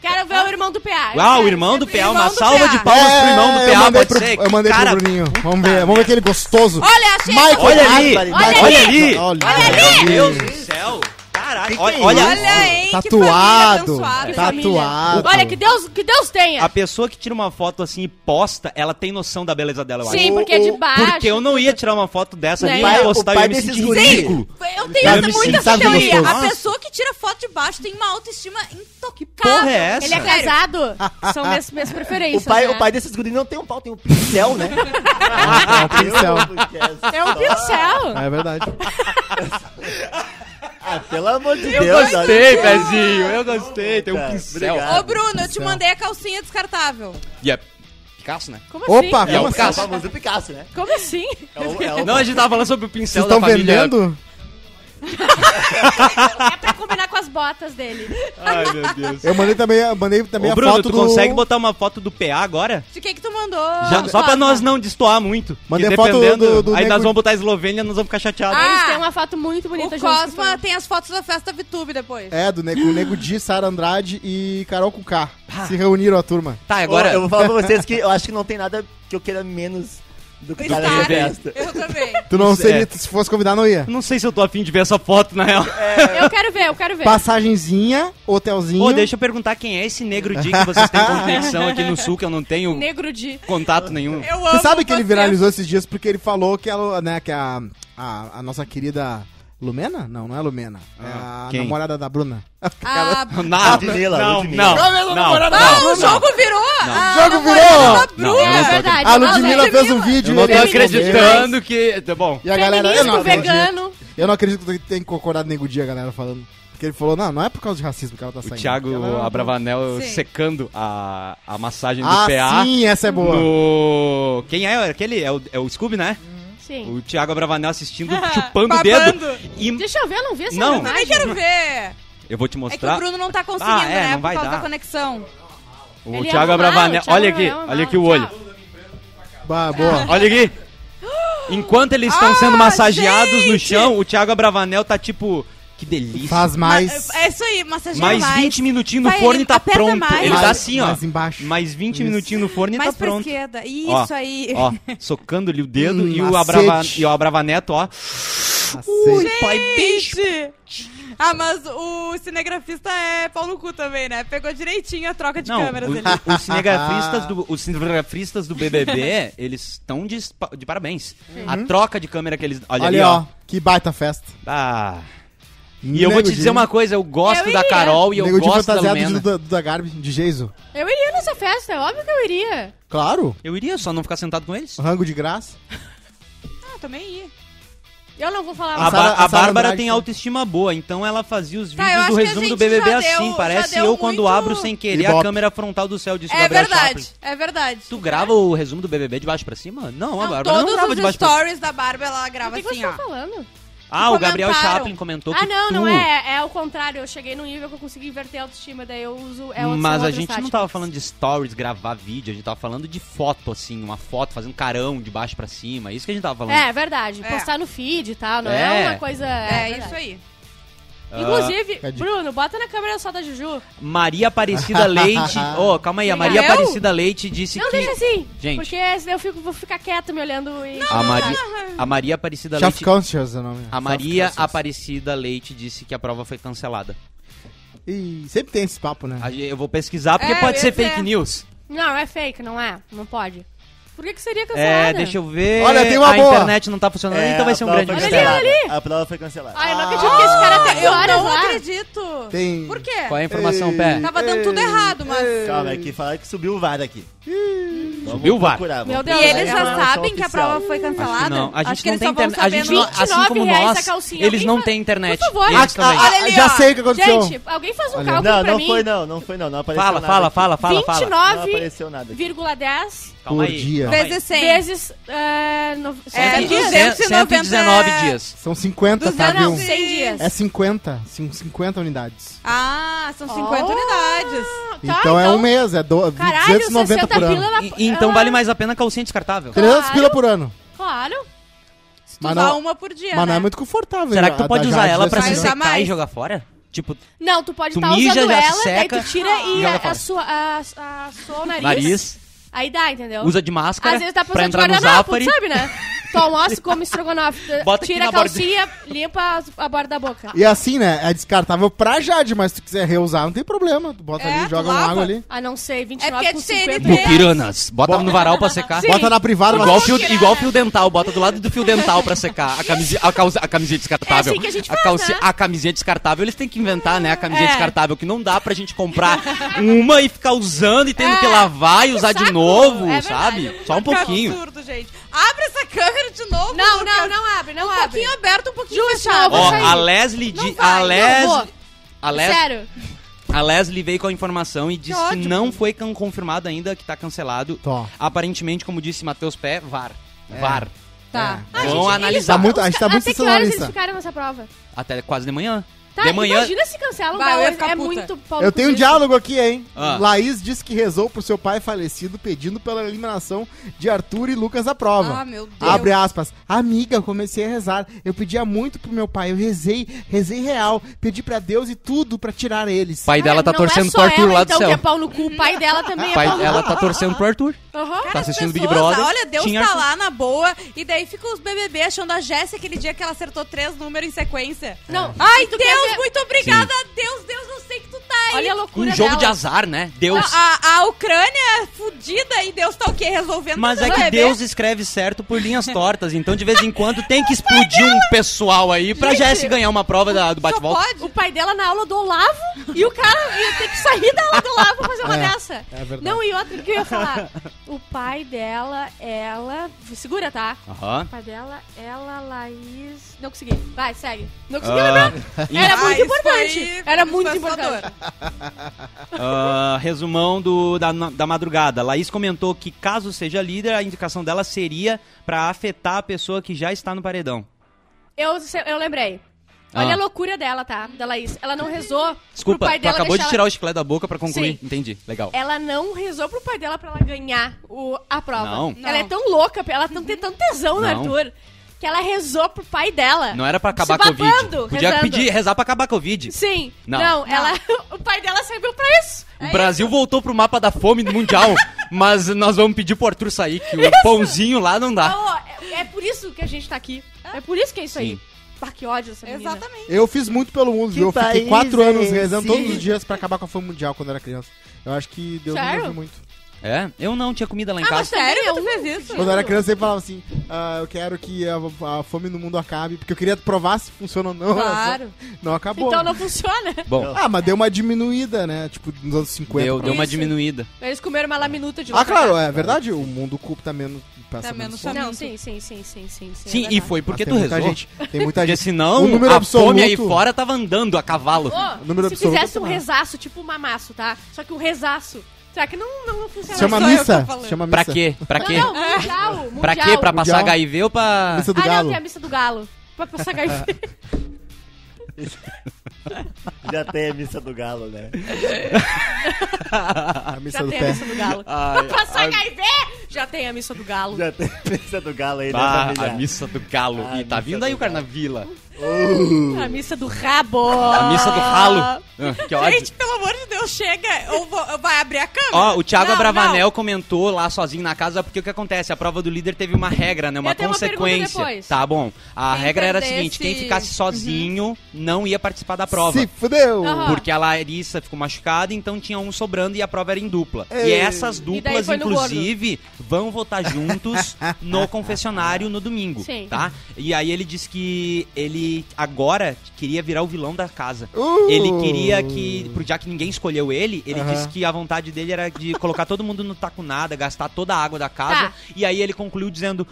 C: Quero ver o irmão do PA.
B: Uau, Ah, o irmão do
E: sempre
B: PA,
E: irmão
B: uma
E: do
B: salva
E: PA.
B: de palmas pro irmão do
G: É, eu
B: PA,
G: mandei
B: pode
G: pro,
B: ser.
G: eu mandei
B: Cara,
G: pro Bruninho. Vamos ver, vamos ver aquele gostoso.
E: Olha, achei...
G: Michael
B: Olha ali,
G: Jackson.
F: olha
G: Michael
B: ali.
G: Jackson, Olha, Tá
B: Meu Deus do céu! Caralho,
F: Que que
B: olha,
F: é
B: olha-
E: Olha, hein? Que
G: Tatuado. tá
E: família abençoada.
F: Ah,
G: Tatuado.
F: tá.
C: Olha, que Deus, que Deus
B: a
C: tenha.
B: pessoa que tira uma foto assim e posta, ela tem noção da beleza dela, eu acho.
C: Sim, porque é de
G: o-
C: baixo.
B: Ah, Porque eu não ia tirar uma foto dessa,
C: Né?
B: nem
C: O pai-
B: ia
F: o
B: postar e
F: pai
B: eu me
F: desses
B: sentir
F: guris.
B: ridículo.
E: Eu tenho
B: me
E: muita
G: sinto
E: teoria.
G: gostoso.
E: A pessoa que que tira foto de baixo tem uma autoestima intocável.
B: porra é essa?
C: Ele é casado? São minhas, minhas preferências.
F: O pai,
C: né?
F: o pai desses guris não tem um pau, tem um pincel, né?
G: É um pincel.
C: É um pincel.
G: É verdade.
F: Ah, pelo amor de
D: Eu
F: Deus.
D: gostei, Pezinho. Eu gostei. Tem um
F: Cara,
D: pincel.
F: obrigado.
E: Ô, Bruno, eu te mandei a calcinha descartável.
D: E é Picasso, né?
C: Como assim?
G: Opa,
D: É o
G: como assim?
F: É o
D: Picasso.
F: famoso Picasso, né?
C: Como assim?
F: É o, é o-
B: Não, a gente tava falando sobre o pincel
G: Vocês estão
B: da família.
G: vendendo?
C: É pra combinar com as botas dele.
D: Ai, meu Deus.
G: Eu mandei também, eu mandei também
B: Ô,
G: a
B: Bruno,
G: foto
B: tu
G: do...
B: consegue botar uma foto do PA agora?
E: De que que tu mandou?
B: Já- só pra
E: Cosma?
B: nós não destoar muito.
G: Mandei
B: que
G: a foto do-
B: dependendo,
G: do- do
B: aí
G: nego-
B: nós vamos botar a Eslovênia, nós vamos ficar chateados.
E: Ah,
C: Eles têm uma foto muito bonita
E: O
C: juntos,
E: Cosma
C: então.
E: tem as fotos da festa VTube depois.
G: É, do Nego, o Nego Di, Sara Andrade e Carol Cucá. Se reuniram a turma.
B: tá, agora.
F: Ô, Eu vou falar pra vocês que eu acho que não tem nada que eu queira menos do que estar nessa
E: Estar,
F: festa.
E: eu também.
G: Tu não
B: Isso,
G: seria,
B: é.
G: se fosse convidar, não ia.
B: Não sei se eu tô afim de ver essa foto, na real.
C: Eu quero ver, eu quero ver.
G: Passagenzinha, hotelzinho.
B: Ô, deixa eu perguntar quem é esse negro dia que vocês têm convicção aqui no sul, que eu não tenho
C: Negro de...
B: contato nenhum.
E: Eu amo
G: Você sabe que ele
E: vocês.
G: viralizou esses dias porque ele falou que, ela, né, que a, a, a nossa querida Lumena? Não, não é Lumena. é a
B: quem?
G: namorada da Bruna.
E: Ah,
B: Não,
F: Ludmilla,
B: não,
F: Ludmilla.
B: não, não, não,
E: ah, o jogo virou! Ah,
G: O jogo
E: namorada
G: virou!
E: da
B: Não,
E: Bruna.
B: eu não
C: É
B: tô-
C: verdade.
G: A
C: Nossa,
G: Ludmilla fez um vídeo.
D: Eu não tô
G: ele-
D: acreditando que... Tá bom.
G: E a galera. Eu
C: Feminismo
G: não, acredito,
C: vegano.
G: eu não acredito que tem que concordar com o Nego Dia, a galera falando. Porque ele falou, não, não é por causa de racismo que ela tá
B: O
G: saindo.
B: Thiago
G: Ela-
B: Abravanel
E: Sim.
B: secando a, a massagem do
G: Ah,
B: PA.
G: sim, essa é boa.
B: No... Quem é aquele? É o, é o Scooby, né?
C: Sim.
B: O Thiago Abravanel assistindo, chupando o dedo.
E: Babando.
B: E
C: Deixa eu ver, eu não vi essa
B: Não.
E: Também
C: imagem.
E: quero ver.
B: eu vou te
E: É que o
B: mostrar.
E: Bruno não tá conseguindo,
B: Ah, é,
E: né?
B: não
E: Por
B: vai
E: causa
B: dar.
E: da conexão.
B: O,
C: Ele é
B: Thiago
C: um mal,
B: Abravanel.
C: o Thiago
B: Olha aqui,
C: é um mal.
B: olha aqui o olho.
C: Tchau.
G: Bah, boa.
E: Ah.
B: Olha aqui. Enquanto eles estão sendo massageados no
E: gente!
B: chão, o Thiago Abravanel tá tipo. Que delícia.
G: Faz mais.
E: Ma- É isso aí, massageia
B: Mais
E: mais.
B: 20 minutinhos no
E: Vai,
B: forno e
E: ele
B: tá
E: aperta
B: pronto.
E: mais.
B: Ele
G: mais,
B: tá assim, ó.
G: Mais embaixo.
B: Mais 20 minutinhos no forno e tá
E: Mais pra
B: pronto.
E: esquerda. Isso
B: Ó,
E: aí.
B: Ó, socando-lhe o dedo
G: Hum,
B: e, o
G: macete.
B: Abrava, e o Abravaneto, ó.
E: é
G: Cacete.
B: pai bicho.
E: Ixi. Ah, mas o cinegrafista é pau no cu também, né? Pegou direitinho a troca de
B: Não,
E: câmeras
B: o-
E: dele.
B: o- os, cinegrafistas do, os cinegrafistas do BBB, eles estão de, espa- de parabéns. A
E: Uhum.
B: troca de câmera que eles... Olha,
G: Olha
B: ali, ó.
G: Que baita festa.
B: Ah. E eu vou te dizer uma coisa, eu gosto
C: Eu
B: da
C: iria.
B: Carol e eu
G: Nego de
B: gosto da
G: fantasiado de,
B: Lumena.
G: da, da Garbi, de Geiso.
C: Eu iria nessa festa, é óbvio que eu iria.
G: Claro.
B: Eu iria, só não ficar sentado com eles.
G: Rango de graça.
E: Ah, também ia.
C: Eu não vou falar
B: A,
C: mais.
G: Sara-
B: Ba- a
G: a Sara
B: Bárbara
G: Andrade
B: tem
G: tá-
B: autoestima boa, então ela fazia os
E: Tá,
B: vídeos
E: eu
B: do
E: acho que a
B: resumo do
E: gente
B: BBB
E: já deu-
B: assim.
E: já
B: Parece eu
E: deu
B: quando
E: muito
B: abro sem querer a
G: Ibope.
B: câmera frontal do céu, disse o
E: É
B: Gabriel
E: verdade,
B: Chaplin.
E: é verdade.
B: Tu grava o resumo do BBB de baixo pra cima? Não, a
E: Não,
B: Bárbara não
E: todos
B: grava de
E: os
B: baixo pra cima.
E: stories da Bárbara ela
C: O
E: grava
C: que, que vocês
E: assim,
C: estão
E: ó.
C: falando?
B: Ah, o Gabriel
E: comentaram.
B: Chaplin comentou que
C: Ah, não,
B: tu...
C: não é. É o contrário. Eu cheguei num nível que eu consegui inverter a autoestima, daí eu uso. É outro-
B: Mas
C: são
B: a
C: outras
B: gente não
C: táticas.
B: tava falando de stories, gravar vídeo, a gente tava falando de foto, assim, uma foto fazendo carão de baixo pra cima. Isso que a gente tava falando.
C: É, verdade.
E: É.
C: Postar no feed e tal, não é,
B: É.
C: uma coisa.
E: É,
C: É,
E: isso aí.
B: Ah,
C: Inclusive,
G: a dica.
C: Bruno, bota na câmera só da Juju.
B: Maria Aparecida Leite. Ô, calma aí, a Maria
E: Eu?
B: Aparecida Leite disse
C: Não,
B: que.
C: deixa assim.
B: Gente.
C: Porque senão eu fico, vou ficar quieta me olhando e.
B: A Maria, a Maria Aparecida
G: Chef
B: Leite.
G: Conscious é o nome.
B: A
G: Self
B: Maria
G: Conscious.
B: Aparecida Leite disse que a prova foi cancelada.
G: Ih, sempre tem esse papo, né?
B: A ge- Eu vou pesquisar porque
E: É,
B: pode ser
E: esse é.
B: fake news.
C: Não, é fake, não é? Não pode. Por que, que seria cancelada?
B: É, deixa eu ver.
G: Olha, tem uma
B: a
G: boa. É,
B: internet não tá funcionando, então vai ser um
F: É, a prova
B: grande
F: foi
C: mistério.
B: mistério.
C: Olha ali,
F: cancelada. A prova foi cancelada.
C: Ai, eu não acredito que esse cara tem
E: Ah, Eu
C: horas
E: não
C: lá.
E: acredito.
G: Tem.
E: Por quê?
B: Qual é a informação, Pé?
E: Tava dando tudo errado, mas...
F: Calma, é que falaram que subiu o VAR aqui. Vamos
B: Subiu o VAR.
F: procurar, vamos
C: Meu
E: E
C: Deus,
E: eles
C: é uma-
E: já sabem que
F: informação
E: a
F: oficial.
E: prova foi cancelada?
B: Não, a
E: Acho
B: gente
E: que
B: não
E: eles
B: tem
E: só vão
B: internet. A gente não,
E: sabendo-
B: assim como
C: 29 reais
B: nós,
C: essa calcinha.
B: eles
C: Alguém
B: não
C: fa-
B: têm internet.
C: Por favor.
B: Eles
G: Ah,
B: também.
G: ah,
E: Olha ali,
G: já
E: ó.
G: sei o que aconteceu.
C: Gente, alguém faz um
G: Olha.
C: cálculo
F: Não,
C: pra
F: não
C: mim.
F: foi não, não foi não, não apareceu
B: Fala,
F: nada
B: fala,
F: aqui.
B: fala, fala, fala.
F: Não
C: 29,100
F: apareceu nada aqui.
B: Calma
G: Por
B: aí.
G: dia.
B: calma aí.
E: Vezes 100.
C: vezes é, no,
E: É,
B: Cem-
C: dias.
E: duzentos.
B: cem-
E: 290
B: 119 dias.
G: São 50, tá,
E: Duzentos e-
G: viu?
C: Não, 100 dias.
G: É 50. São 50 unidades.
E: Ah, são 50
C: Oh.
E: unidades.
C: Tá,
G: então, é um mês, é do...
C: Caralho,
G: 290 por
C: 60
G: ano.
C: pila na...
B: E- e então
C: ela-
B: vale mais a pena a calcinha descartável.
G: 300
C: Claro.
G: pila por ano.
C: Claro.
E: Se tu
G: Mas
E: usar
G: não-
E: uma por dia,
G: Mas não
E: né?
G: é muito confortável.
B: Será que
G: A
B: tu
G: da
B: pode usar
G: Jade tá
B: ela
G: vai
B: pra
G: ser
B: se
E: Vai usar
B: secar
E: mais.
B: e jogar fora? Tipo,
C: Não, tu pode
B: Tu
C: estar
B: mija,
C: usando
B: já
C: ela,
B: seca,
C: daí tu tira e
B: joga
C: a,
B: fora.
C: a sua, a, a- a sua nariz,
B: nariz,
C: Aí dá, entendeu?
B: usa de máscara
C: Às vezes tá
B: pra
C: pensando de
B: entrar no
C: guardanapo,
B: Zafari.
C: tu sabe, né? Tu almoça e come estrogonofe. Tu
B: Bota aqui
C: Tira
B: na
C: a calcinha, limpa a- a borda da boca.
G: E assim, né? É descartável pra Jade, mas se tu quiser reusar, não tem problema. Tu bota
E: É,
G: ali,
E: tu
G: joga uma
E: lava.
G: água ali.
C: Ah, não sei,
E: É
C: 29
E: porque
C: com
E: é de
C: 50.
E: TNT.
B: Buquiranas. Bota no varal pra secar.
C: Sim.
G: Bota na privada, mas-
B: Igual fio, igual
C: né?
B: fio dental, bota do lado do fio dental pra secar. A camisinha, a calça- a camisinha descartável.
C: É assim que a gente faz,
B: calci-
C: né?
B: a camisinha descartável, eles têm que inventar, né? A camisinha
E: É.
B: descartável, que não dá pra gente comprar uma e ficar usando e tendo
C: É.
B: que lavar e usar de
C: saco.
B: novo,
C: É verdade,
B: sabe?
C: é muito
B: Só um pouquinho.
E: absurdo, gente. Abre essa câmera de novo.
C: Não,
E: Lucas.
C: não, não abre, não
E: um
C: abre.
E: pouquinho aberto, um pouquinho
C: Justo,
E: fechado.
C: vou
B: Ó,
C: sair.
B: a Leslie.
C: Não
B: di-
C: vai,
B: a
C: não vou.
B: Leslie. A Les-
C: Sério.
B: A Leslie veio com a informação e disse que,
E: ótimo.
B: não foi can- confirmado ainda, que tá cancelado.
G: Tá.
B: Aparentemente, como disse Matheus Pé, VAR. VAR. É.
E: Tá.
C: Ah,
B: Vão
C: gente,
B: analisar.
G: Tá muito- a gente
C: eles-
G: tá muito
C: Até que horas eles
G: sensacionalista.
C: ficaram nessa prova?
B: Até quase de manhã.
C: Tá,
B: de manhã.
C: imagina se cancelam
E: Vai, eu
C: da
E: ia
C: hoje.
E: ficar
C: É
E: puta.
C: muito pau
G: Eu
C: no
G: tenho
C: cu
G: um
C: isso.
G: diálogo aqui, hein?
B: Ah.
G: Laís disse que rezou pro seu pai falecido pedindo pela eliminação de Arthur e Lucas da prova.
E: Ah, meu Deus.
G: Abre aspas. Amiga, eu comecei a rezar. Eu pedia muito pro meu pai. Eu rezei, rezei real. Pedi pra Deus e tudo pra tirar eles.
B: O pai dela tá
C: Não
B: torcendo
C: é
B: pro
C: só
B: Arthur
C: ela,
B: lá do
C: então,
B: céu.
C: que é pau no cu. O pai dela também é
B: Pai-
C: pau no cu.
B: ela tá torcendo pro Arthur.
C: Aham.
B: tá
E: Cara, as
B: assistindo Big
E: pessoas,
B: Brother.
E: Olha, Deus
B: tinha
E: tá
B: Arthur.
E: lá na boa. E daí ficam os BBB achando a Jéssica aquele dia que ela acertou três números em sequência.
C: Não,
E: Ai,
C: tu
E: Deus,
C: quer ver-
E: muito obrigada. Deus, Deus, eu sei que tu tá aí.
C: Olha a loucura
B: Um jogo
C: dela.
B: de azar, né? Deus.
E: A, a Ucrânia é fudida e Deus tá o quê? Resolvendo
B: Mas é
E: tudo,
B: que
E: né,
B: Deus escreve certo por linhas tortas, então de vez em quando tem que explodir um pessoal aí pra
C: Gente,
B: Jesse ganhar uma prova da- do
E: bebê? Só
B: bate-volta.
E: pode?
C: O pai dela na aula do Olavo e o cara ia ter que sair da aula do Olavo pra fazer uma
G: É,
C: dessa.
G: é verdade.
C: Não, e outra que eu ia falar. O pai dela, ela. Segura, tá?
B: Aham.
C: O pai dela, ela, Laís. Não consegui. Vai, segue. Não consegui
B: Ah,
C: lembrar. Era
E: Ah,
C: muito
E: isso
C: importante.
E: foi-
C: Era
E: foi
C: muito
E: assustador.
C: importante.
B: Ah, resumão do, da, da madrugada. Laís comentou que, caso seja líder, a indicação dela seria pra afetar a pessoa que já está no paredão.
C: Eu, se- eu lembrei. Olha
B: Ah.
C: a loucura dela, tá? Da Laís. Ela não rezou.
B: Desculpa,
C: pro pai
B: tu
C: dela
B: acabou de
C: deixar
B: tirar o chiclete da boca pra concluir.
C: Sim.
B: Entendi. Legal.
C: Ela não rezou pro pai dela pra ela ganhar o, a prova.
B: Não.
C: Ela é tão louca, ela tá tentando
B: Não.
C: tesão no Arthur, que ela rezou pro pai dela.
B: Não é era pra acabar a
C: se
B: Covid.
C: É. babando,
B: Podia
C: rezando.
B: pedir, rezar pra acabar a Covid.
C: Sim.
B: Não.
C: Não, ela o pai dela serviu pra isso.
B: O Brasil voltou pro mapa da fome mundial, mas nós vamos pedir pro Arthur sair, que o pãozinho lá não dá.
C: Ó, é, é por isso que a gente tá aqui. É por isso que é isso aí. Pá, que ódio essa menina.
E: Exatamente.
G: Eu fiz muito pelo mundo,
F: Que
G: viu? Eu fiquei
F: país
G: quatro
F: é
G: anos
F: esse?
G: rezando todos os dias pra acabar com a fome mundial quando era criança. Eu acho que Deus me
C: Sério?
G: ouviu muito.
B: É, eu não tinha comida lá em
C: Ah, mas
B: casa.
C: sério?
E: Sério
C: Eu
E: que tu fez isso?
C: né?
G: Quando eu era criança, eu sempre falava assim: ah, eu quero que a, a fome no mundo acabe, porque eu queria provar se funciona ou não.
E: Claro.
G: Não acabou.
C: Então não funciona.
B: Bom,
G: Ah, mas deu uma diminuída, né? Tipo, nos anos 50.
B: deu, deu uma
C: Isso. É
B: diminuída.
C: Eles comeram uma laminuta de
G: Ah,
C: louca.
G: claro, é verdade. O mundo cubo tá menos. Passa
E: Tá menos
G: fome.
C: Não, sim, sim, sim, sim, sim. sim
B: Sim,
C: é
B: e
C: verdade.
B: foi porque
G: Mas
B: tu
G: tem muita
B: rezou.
G: Gente, tem muita
B: Porque
G: gente.
B: senão
G: O número
B: a
G: absoluto-
B: fome aí fora tava andando a cavalo.
C: Ô,
G: Número
C: se
G: absoluto,
C: fizesse um
G: tá.
C: rezaço, tipo um mamaço, tá? Só que o rezaço. Será que não, não, não
B: é
C: funciona?
G: Chama
E: Sou eu que
G: missa.
E: tô falando.
G: Chama missa.
B: Pra quê? Pra quê?
C: Não, não, mundial, mundial.
B: Pra quê? Pra passar
G: Mundial.
B: HIV ou pra...
G: Missa do
C: ah,
G: galo.
C: não, tem a missa do galo. Pra passar HIV.
B: Ah,
F: Já tem a missa do galo, né?
G: A missa
C: Já
G: do
C: tem a
G: pé.
C: missa do galo.
B: Ah, Ai,
C: pra passar HIV, já tem a missa do galo.
F: Já tem a missa do galo aí, né,
B: Ah, a
F: família?
B: missa do galo.
F: Ah,
B: Ih, tá
F: missa
B: vindo
F: do
B: aí o
F: galo.
B: Carnavila.
C: A missa do rabo.
B: Hum. A missa do ralo. Ah, Que ódio.
E: Gente, pelo amor de Deus, chega. Ou vou- ou vai abrir a câmera.
B: Ó, o Thiago
E: Não,
B: Abravanel comentou lá sozinho na casa, porque o que acontece? A prova do líder teve uma regra, né? Uma
C: Eu tenho uma pergunta
B: consequência.
C: depois.
B: tá bom. A
E: Quem
B: regra era a
E: perdesse-
B: seguinte: quem
C: Uhum.
B: ficasse sozinho não ia participar da prova.
G: Se fudeu.
C: Aham.
B: Porque a Larissa ficou machucada, então tinha um sobrando e a prova era em dupla. E
G: Ei.
B: essas
C: daí
B: duplas,
C: foi no gordo.
B: inclusive, vão votar juntos no confessionário no domingo,
C: Sim.
B: tá? E aí ele disse que ele agora queria virar o vilão da casa.
G: Uh.
B: Ele queria que, por- já que ninguém escolheu ele, ele
G: Aham.
B: disse que a vontade dele era de colocar todo mundo no taco nada, gastar toda a água da casa.
C: Tá.
B: E aí ele concluiu dizendo...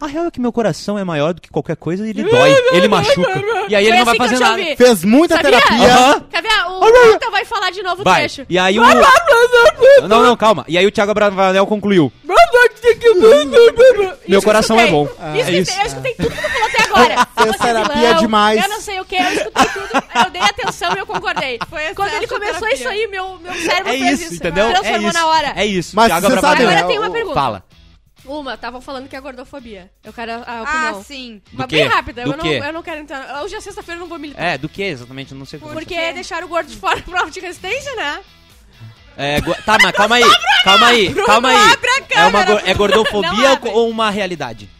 B: A real é que meu coração é maior do que qualquer coisa e ele dói, ele machuca. E aí ele
C: Foi
B: não vai
C: assim que eu
B: fazer
C: te
B: nada.
C: ouvi.
G: Uh.
C: assim
G: Fez muita
C: Sabia?
G: terapia.
B: Aham.
C: Quer ver? O Puta vai falar de novo o
B: Vai.
C: trecho.
B: E aí o. Não, não, calma. E aí o Thiago Bravanel concluiu. Meu
C: Isso
B: coração
C: eu
B: é
C: escutei.
B: bom.
C: Isso
E: Ah,
C: eu
B: É isso.
C: escutei. Eu escutei tudo que tu falou até agora.
G: Fez
C: Você é
G: terapia
C: vilão,
G: demais.
C: Eu não sei o que, eu escutei tudo. Eu dei atenção e eu concordei.
E: Foi
C: Quando
E: essa
C: ele começou
E: terapia.
C: isso aí, meu, meu cérebro
B: É
C: fez
B: isso, entendeu? É
C: Transformou
B: isso.
C: na hora.
B: É isso.
G: Mas
B: Thiago
G: você sabe,
B: Abravanel.
C: Agora tem uma pergunta.
B: Fala.
C: Uma, estavam falando que é gordofobia. Eu quero a
E: Ah,
C: opinião.
E: sim.
B: Do
C: Mas
B: quê?
C: bem rápida,
B: Do
C: eu não,
B: quê?
C: eu não quero entrar. Hoje é sexta-feira, eu não vou militar.
B: É, do que exatamente? Eu não
E: É.
B: sei o que
C: Porque
B: aconteceu.
C: deixaram deixar o gordo de fora prova de resistência, né?
B: É, go- Tá, mas calma aí. Calma aí. Calma aí.
E: abre a
B: É, uma go-
E: câmera,
B: é
E: Bruno.
B: gordofobia
C: Não abre.
B: ou uma realidade?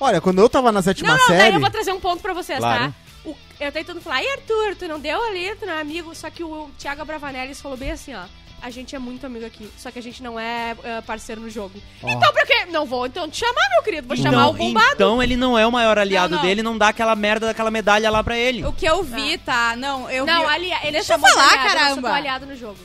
G: Olha, quando eu tava na sétima
C: Não, não, daí
G: série.
C: eu vou trazer um ponto pra vocês,
G: Claro.
C: tá? O- eu tô tentando falar, ai Arthur, tu não deu ali, tu não é amigo. Só que o Thiago Bravanelli falou bem assim, ó. A gente é muito amigo aqui, só que a gente não é ah, parceiro no jogo. Então pra quê? Não vou então te chamar, meu querido. Vou chamar o bombado.
B: então ele não é o maior aliado
E: Não, não.
B: dele, não dá aquela merda daquela medalha lá pra ele.
E: O que eu vi, tá? Não, eu
C: Não,
E: vi...
C: ali, ele
E: Deixa eu
C: chamou de
E: falar,
C: aliado, Eu sou
E: caramba.
C: teu aliado no jogo.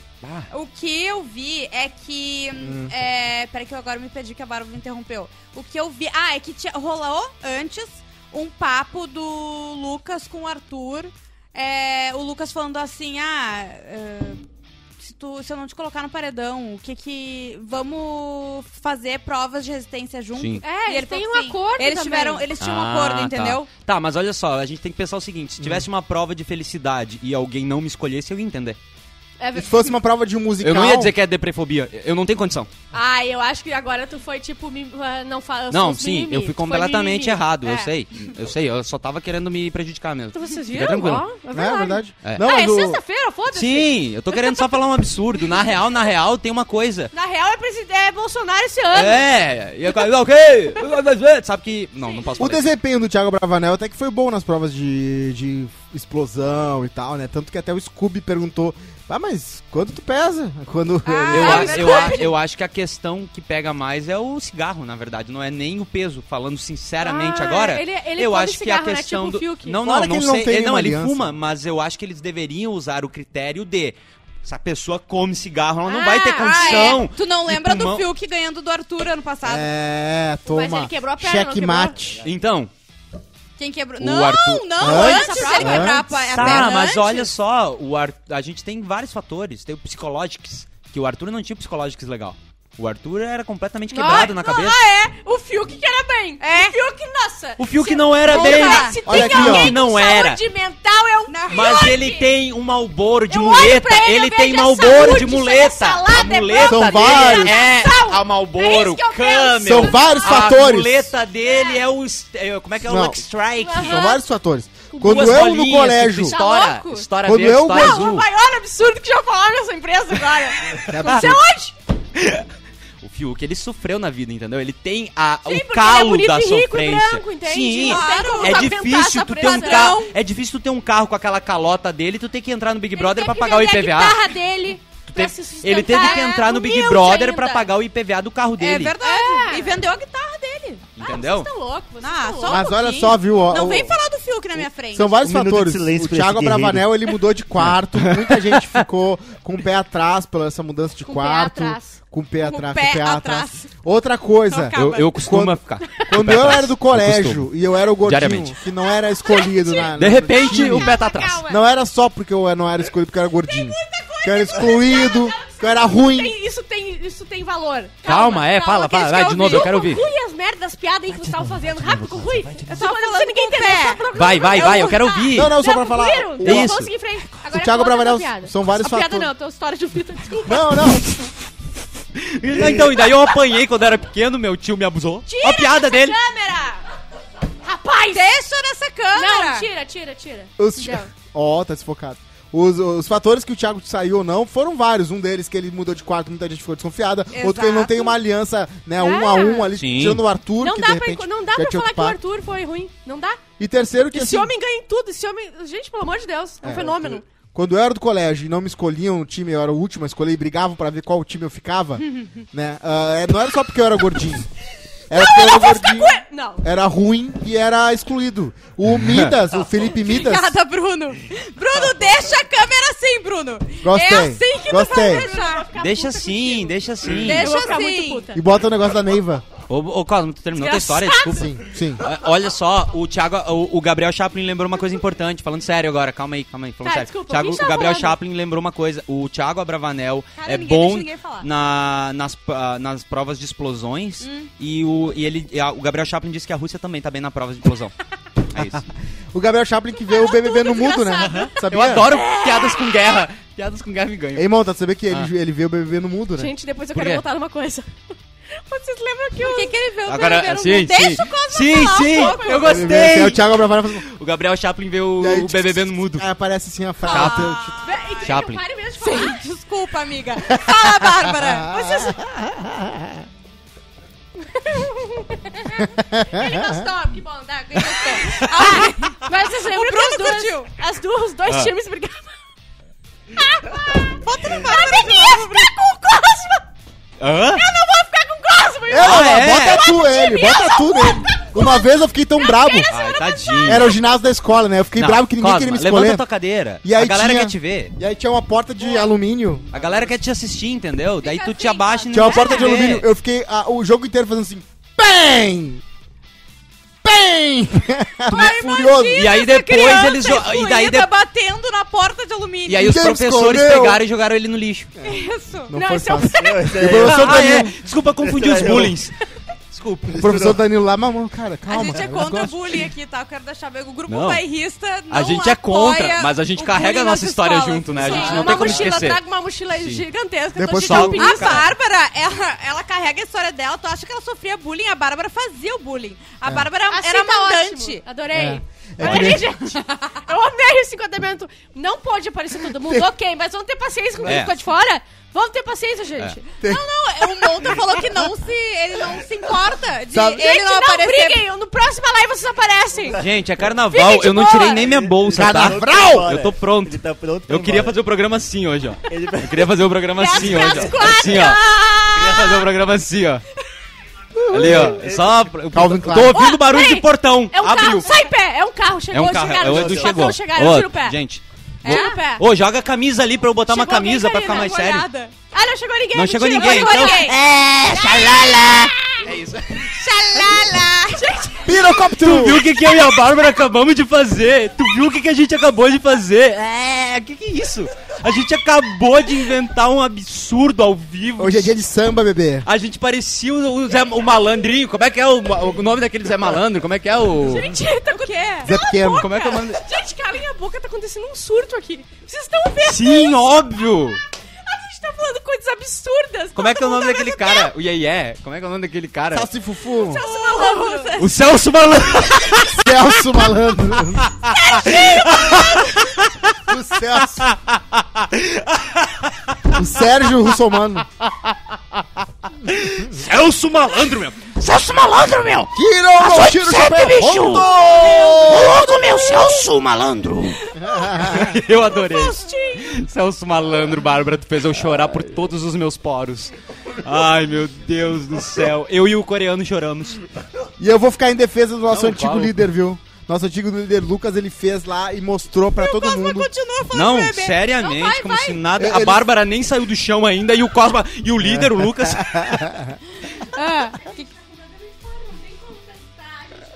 E: O que eu vi é que.
B: Hum.
E: É, peraí, que eu agora me perdi que a Bárbara me interrompeu. O que eu vi. Ah, é que tinha, rolou antes um papo do Lucas com o Arthur. É, o Lucas falando assim: ah. é, se, tu, se eu não te colocar no paredão, o que que. Vamos fazer provas de resistência junto?
B: Sim.
C: É,
E: E
C: eles
E: falou
C: têm um
E: assim,
C: acordo
E: Eles
C: também.
E: tiveram, eles tinham um
B: Ah,
E: acordo,
B: tá.
E: entendeu?
B: Tá, mas olha só, a gente tem que pensar o seguinte: se tivesse uma prova de felicidade e alguém não me escolhesse, eu ia entender.
C: É ver-
G: Se fosse uma prova de um musical.
B: Eu não ia dizer que é deprefobia, eu não tenho condição.
C: Ah, eu acho que agora tu foi tipo, me, ah, não fala.
B: não,
C: os
B: sim,
C: mimimi.
B: eu fui
C: Tu foi
B: completamente
C: mimimi.
B: errado, eu
C: É.
B: sei. Eu sei, eu só tava querendo me prejudicar mesmo.
C: Então vocês
B: Fica
C: viram?
B: tranquilo.
C: Ó, é
G: É
C: verdade.
G: verdade.
B: É.
G: Não,
C: ah, é
G: mas o-
C: sexta-feira, foda-se.
B: Sim, eu tô querendo só falar um absurdo. Na real, na real, tem uma coisa.
C: Na real é, presi- é Bolsonaro esse ano.
B: É, e eu falo, ok, sabe que. Não, não posso
G: O
B: falar. isso.
G: desempenho do Thiago Bravanel até que foi bom nas provas de, de explosão e tal, né? Tanto que até o Scooby perguntou: Ah, mas quanto tu pesa? Quando.
E: Ah,
B: Eu,
E: é
B: a- eu, a- eu acho que a questão que pega mais é o cigarro, na verdade, não é nem o peso. Falando sinceramente
C: Ah,
B: agora,
C: ele- ele
B: eu
C: come
B: acho que a
C: cigarro, né?
B: questão
C: Tipo o
B: do.
C: Fiuk.
B: Não, não,
G: Fora que
B: não
G: ele não
B: sei.
G: tem
B: ele, não,
G: nenhuma
B: ele
G: aliança.
B: fuma, mas eu acho que eles deveriam usar o critério de. Se a pessoa come cigarro, ela não
C: Ah,
B: vai ter
C: ah,
B: condição.
E: é, Tu não
B: de
E: lembra do
B: pulmão.
E: Fiuk ganhando do Arthur ano passado?
G: É, toma.
C: ele quebrou a perna, não
G: Checkmate.
B: Então,
E: Quem quebrou?
B: O
E: não,
B: Arthur-
E: não,
G: Antes?
E: antes, ele quebrar a pa-
C: É
E: a
B: Tá,
E: perna.
B: mas
E: antes.
B: olha só, o Ar- a gente tem vários fatores. Tem o psicológicos, que o Arthur não tinha psicológicos legal. O Arthur era completamente quebrado na cabeça.
C: Ah, é. O Fiuk que era bem.
E: É.
C: O Fiuk, nossa.
B: O Fiuk não era bem.
E: Olha
C: Se tem
G: Olha aqui,
C: alguém
G: ó.
B: que não
C: com
B: era.
C: saúde mental, é o
E: Não.
C: Fiuk.
B: Mas ele tem um malboro de
C: Eu olho
B: muleta.
C: pra ele,
B: Ele,
C: eu
B: tem
C: vejo a
B: malboro
C: saúde,
B: de
C: isso aí é
B: muleta.
C: salada,
B: a
C: é
B: muleta
G: São
B: dele
G: vários.
B: é a
C: É
B: malboro,
C: isso que eu
B: Camel.
C: penso.
G: São vários
B: Ah, a
G: fatores.
B: muleta dele é o. est- é o- Como é que é o
G: Não.
B: Luck Strike?
G: São vários fatores.
B: Duas
G: Quando eu no
B: bolinhas que
G: colégio.
C: Tá
B: Estoura,
C: louco?
B: estoura
G: Quando
B: verde,
G: eu
B: estoura
C: O
G: vou-
B: azul.
C: maior absurdo que já falaram nessa empresa agora. Isso é onde?
B: O Fiuk, ele sofreu na vida, entendeu? Ele tem a,
C: Sim,
B: o
C: porque ele é
B: calo
C: bonito
B: da
C: e rico e
B: sofrência.
C: branco, entende?
B: Sim,
C: Não tem
B: é
C: como tu aguentar
B: difícil
C: essa
B: tu ter um
C: pressão.
B: carro, é difícil tu ter um carro com aquela calota dele, tu ter que entrar no Big
C: Ele
B: Brother
C: teve
B: pra
C: que
B: pagar o
C: vender
B: IPVA.
C: A guitarra dele pra
B: Teve-
C: se sustentar. é
B: ele teve que entrar no Big
C: Humilde
B: Brother
C: ainda.
B: pra pagar o IPVA do carro
E: É
B: dele.
E: verdade.
C: É.
E: E vendeu a guitarra dele.
C: Ah,
B: entendeu?
C: vocês estão loucos, um vocês
E: Ah,
C: estão
E: só-
C: loucos.
G: Mas olha
E: pouquinho.
G: só, viu? ó,
E: Não
G: o-
E: vem falar do Fiuk na minha frente.
G: São vários
F: Um minuto de
G: fatores.
F: silêncio
G: O
F: pra esse
G: Thiago
F: guerreiro.
G: Bravanel ele mudou de quarto. Muita gente ficou com o pé atrás pela essa mudança de
C: Com o pé
G: quarto.
C: atrás.
G: Com o pé
E: Com o
G: atrás.
E: pé
G: Com o pé atrás.
E: atrás.
G: Outra coisa.
E: Então acaba. Eu- eu
G: costumo a
B: ficar.
G: Quando eu era do colégio e eu era o gordinho,
B: Diariamente.
G: que não era escolhido na, na-
B: De repente,
G: no
B: o
G: time,
B: pé tá atrás.
C: Calma.
G: Não era só porque eu não era escolhido porque eu era gordinho. Que eu era excluído, que eu era ruim.
C: Tem- isso, tem, isso tem valor.
B: Calma, é, fala,
C: que
B: fala,
C: eles
B: vai,
C: querem
B: de novo, eu quero ouvir.
C: Conclui as merdas, as piadas aí que vocês estavam fazendo. Rápido, conclui. Eu tava falando
E: falando
C: sem ninguém
E: com o
C: entender.
E: pé.
C: só pra-
B: Vai, vai, vai, eu quero
C: Tá.
B: ouvir.
G: Não, não, só
C: Já
G: pra falar.
C: concluíram?
G: o-
C: Então
B: Isso.
C: vamos seguir em frente. Agora
G: Thiago
C: conta a
G: Bravanel
C: tua piada.
G: são vários
C: a piada
G: fatores.
C: não, a tua história de vida, desculpa.
G: Não, não.
B: Não, Então, e daí eu apanhei quando eu era pequeno, meu tio me abusou. Olha a piada dele.
C: Câmera! Rapaz!
E: Deixa nessa câmera.
C: Não, tira, tira, tira.
G: Os-
C: Entendeu?
G: Ó, tá desfocado. Os, os fatores que o Thiago saiu ou não foram vários. Um deles que ele mudou de quarto, muita gente ficou desconfiada. Outro que ele não
E: Exato.
G: tem uma aliança, né, um a um ali,
B: Sim.
G: tirando o Arthur,
C: Não
G: que
C: dá,
G: de
C: pra,
G: repente
C: não dá
G: já
C: pra
G: tinha
C: falar que o
G: ocupado.
C: Arthur foi ruim. Não dá.
G: E terceiro que,
C: Esse
G: assim,
C: homem ganha em tudo. Esse homem... Gente, pelo amor de Deus. É um fenômeno.
G: quando eu era do colégio e não me escolhiam o time, eu era o último a escolher e brigavam pra ver qual time eu ficava, né, ah, é, não era só porque eu era gordinho. Era porque eu era gordinho,
C: Não.
G: era ruim e era excluído. O Midas, o Felipe Midas...
E: Obrigada, Bruno.
B: Tá
E: Bruno, deixa a câmera assim, Bruno.
G: Gostei,
E: É assim que tu
G: gostei.
E: vai deixar.
B: Deixa assim, deixa assim.
E: Deixa
C: Eu vou ficar
E: assim.
C: muito puta.
G: E bota o negócio da Neiva.
B: Ô, ô Cosmo, tu terminou tua história? Desculpa.
G: Sim, sim.
B: Ah, Olha só, o Thiago, o, o Gabriel Chaplin lembrou uma coisa importante, falando sério agora, calma aí, calma aí, falando
C: Tá,
B: sério.
C: desculpa,
B: Thiago-
C: quem
B: o
C: tava
B: Gabriel
C: falando?
B: Chaplin lembrou uma coisa, o Thiago Abravanel
E: Cara,
B: é
E: ninguém deixa
B: bom
E: ninguém falar.
B: na- nas, ah, nas provas de explosões
E: Hum.
B: e, o, e ele, e a- o Gabriel Chaplin disse que a Rússia também tá bem na prova de explosão. É isso.
G: O Gabriel Chaplin que
C: Ah,
G: vê o BBB no mudo, né? Sabia?
B: Eu adoro piadas com guerra. Piadas com guerra me ganham.
G: Ei, Monta, tu sabia que ele,
B: Ah.
G: ele vê o BBB no mudo, né?
C: Gente, depois eu
B: Por
C: quero
B: quê?
C: botar uma coisa. Vocês lembram que
E: Por
C: o...
E: que, que ele veio
B: Agora, assim, sim,
E: primeiro mundo? Deixa
B: sim.
E: o Cosmo
B: Sim,
E: falar um
B: sim,
E: pouco.
B: eu
G: Ele vê, assim, aí o
B: gostei.
G: Thiago Bravara faz...
B: O Gabriel Chaplin vê o,
G: E aí,
B: o BBB no mudo.
G: Aí aparece
C: Ah.
G: assim a frase.
B: Chaplin.
C: Pare mesmo de falar.
E: Desculpa, amiga. Fala, Bárbara. Vocês-
C: Ele gostou, que bom,
E: tá,
C: dá, ele gostou. Ah, mas vocês lembram que as duas, as duas, os
B: Ah.
C: dois times brigavam? Bota no Eu nem ia ficar com o Cosmo!
D: Hã?
C: Eu não vou ficar com o Cosmo! irmão.
G: Ela,
B: é?
G: bota tu ele, bota tu nele. Uma vez eu fiquei tão bravo.
C: é
B: Ai, tadinho.
G: Era o ginásio da escola, né? Eu fiquei
B: Não,
G: bravo que ninguém
B: Cosma,
G: queria me
B: Levanta a
G: escolher.
B: tua cadeira.
G: E
B: a
G: aí
B: galera
G: tinha-
B: quer te ver.
G: E aí tinha uma porta de alumínio.
B: A galera quer te assistir, entendeu? Daí tu te abaixa e
G: Tinha uma
B: ninguém
G: porta de
B: quer ver.
G: alumínio. Eu fiquei ah, o jogo inteiro fazendo assim. PEM! PEM! Furioso.
B: E aí depois
E: criança
B: eles. jo- E daí
E: influída
B: de-
E: batendo na porta de alumínio.
B: E aí os
G: Quem
B: professores
G: escondeu?
B: pegaram e jogaram ele no lixo.
E: Isso.
G: Não,
C: Não,
G: foi
C: esse é o-
G: fácil.
F: Não, esse
G: E o
F: aí é-
G: professor
B: Ah, é.
G: Danilo,
B: Desculpa confundir os
F: Esse aí eu-
B: bullings. Desculpa.
G: o professor Danilo lá, mamão, cara, calma.
E: a gente é
G: cara,
E: contra o
G: negócio-
E: bullying aqui, tá? Eu quero deixar bem. O grupo
B: Não.
E: bairrista não
B: A gente é
E: apoia
B: contra, mas a gente
E: o
B: carrega
E: bullying
B: a nossa
E: nas
B: história
E: escolas.
B: junto, né? A
E: Sim.
B: gente não
C: uma
B: tem como
C: mochila,
B: esquecer.
C: traga uma mochila gigantesca.
G: Depois
C: eu
B: só-
C: tô de
E: A
C: alpinista.
E: Bárbara, ela, ela carrega a história dela. Tu acha que ela sofria bullying? A Bárbara fazia o bullying.
B: É.
E: A Bárbara
C: Assim
E: era
C: tá
E: mandante.
C: ótimo. Adorei.
G: É que
C: Adorei,
G: nem-
C: gente. Eu amei esse enquadramento. Não pode aparecer todo mundo, ok, mas vamos ter paciência com quem
B: É.
C: ficou de fora? Vamos ter paciência, gente.
E: Não, não, o Monta falou que não se, ele não se importa de
G: Sabe-
E: ele
C: Gente,
E: não
C: não,
E: aparecer.
C: briguem. No próximo live vocês aparecem.
B: Gente, é
C: Fiquem
B: carnaval,
C: de
B: eu não
C: boa.
B: tirei nem minha bolsa, tá?
F: um Carnaval!
B: Eu tô pronto.
F: Ele tá pronto pra
B: Eu
F: ir
B: queria
F: embora.
B: fazer o programa assim hoje, ó.
F: Ele vai-
B: Eu queria fazer o programa assim hoje, ó. Assim, ó.
C: Ah!
B: Queria fazer o programa assim, ó. Ali, ó. É Só. Eu
G: Calvin
B: tô
G: Klein.
B: ouvindo barulho
C: peraí.
B: de portão.
C: É um
B: Abriu.
C: carro, sai em pé. É um carro,
B: É
C: chegou,
B: um carro. É
C: chegaram.
B: o
C: os
B: Edu
C: patrão
B: chegou.
C: chegaram, tira o pé.
B: Ô, Gente.
C: Tira o pé.
B: Ô, joga a camisa ali pra eu botar uma
C: Chegou alguém,
B: camisa pra ficar
C: Karina?
B: mais sério.
C: Olhada. Ah, não chegou ninguém.
B: Não chegou
C: mentira,
B: ninguém,
C: não chegou
B: então-
C: ninguém.
E: É, xalala. Xalala.
G: Pirocóptero!
B: Viu o que, que eu e a Bárbara acabamos de fazer? Tu viu o que, que a gente acabou de fazer? É, que que é isso? A gente acabou de inventar um absurdo ao vivo.
G: Hoje é dia de samba, bebê.
B: A gente parecia o, o Zé- o malandrinho. Como é que é o, ma- o nome daquele Zé Malandro? Como é que é o.
C: Mentira, tá o quê?
G: Zé Pequeno.
B: Como é que é o nome?
C: Gente, calem a boca, tá acontecendo um surto aqui. Vocês estão vendo?
B: Sim, óbvio!
C: A gente tá falando coisas absurdas.
B: Como é que é o
C: Todo
B: nome
C: mundo
B: daquele cara? O Yeye? Como é que é o nome daquele cara?
G: Celso e Fufu.
C: ao mesmo tempo. Malandro.
B: O Celso Malandro!
G: Celso malandro. o Celso. O Sérgio Russomano.
D: Celso Malandro, meu. Celso Malandro, meu.
G: Tira o tira o chapéu.
D: Logo, meu Celso Malandro.
B: Eu adorei. Celso Malandro, Bárbara, tu fez eu chorar por todos os meus poros. Ai, meu Deus do céu. Eu e o coreano choramos.
G: E eu vou ficar em defesa do nosso
B: Não,
G: antigo
B: fala.
G: líder, viu? Nosso antigo líder Lucas, ele fez lá e mostrou pra todo mundo.
E: Continua falando
B: Não,
E: bebê.
B: seriamente,
C: Não, vai,
B: como
C: vai.
B: se nada.
G: Eles-
B: A Bárbara nem saiu do chão ainda e o Cosma. E o líder, o Lucas.
C: Ah,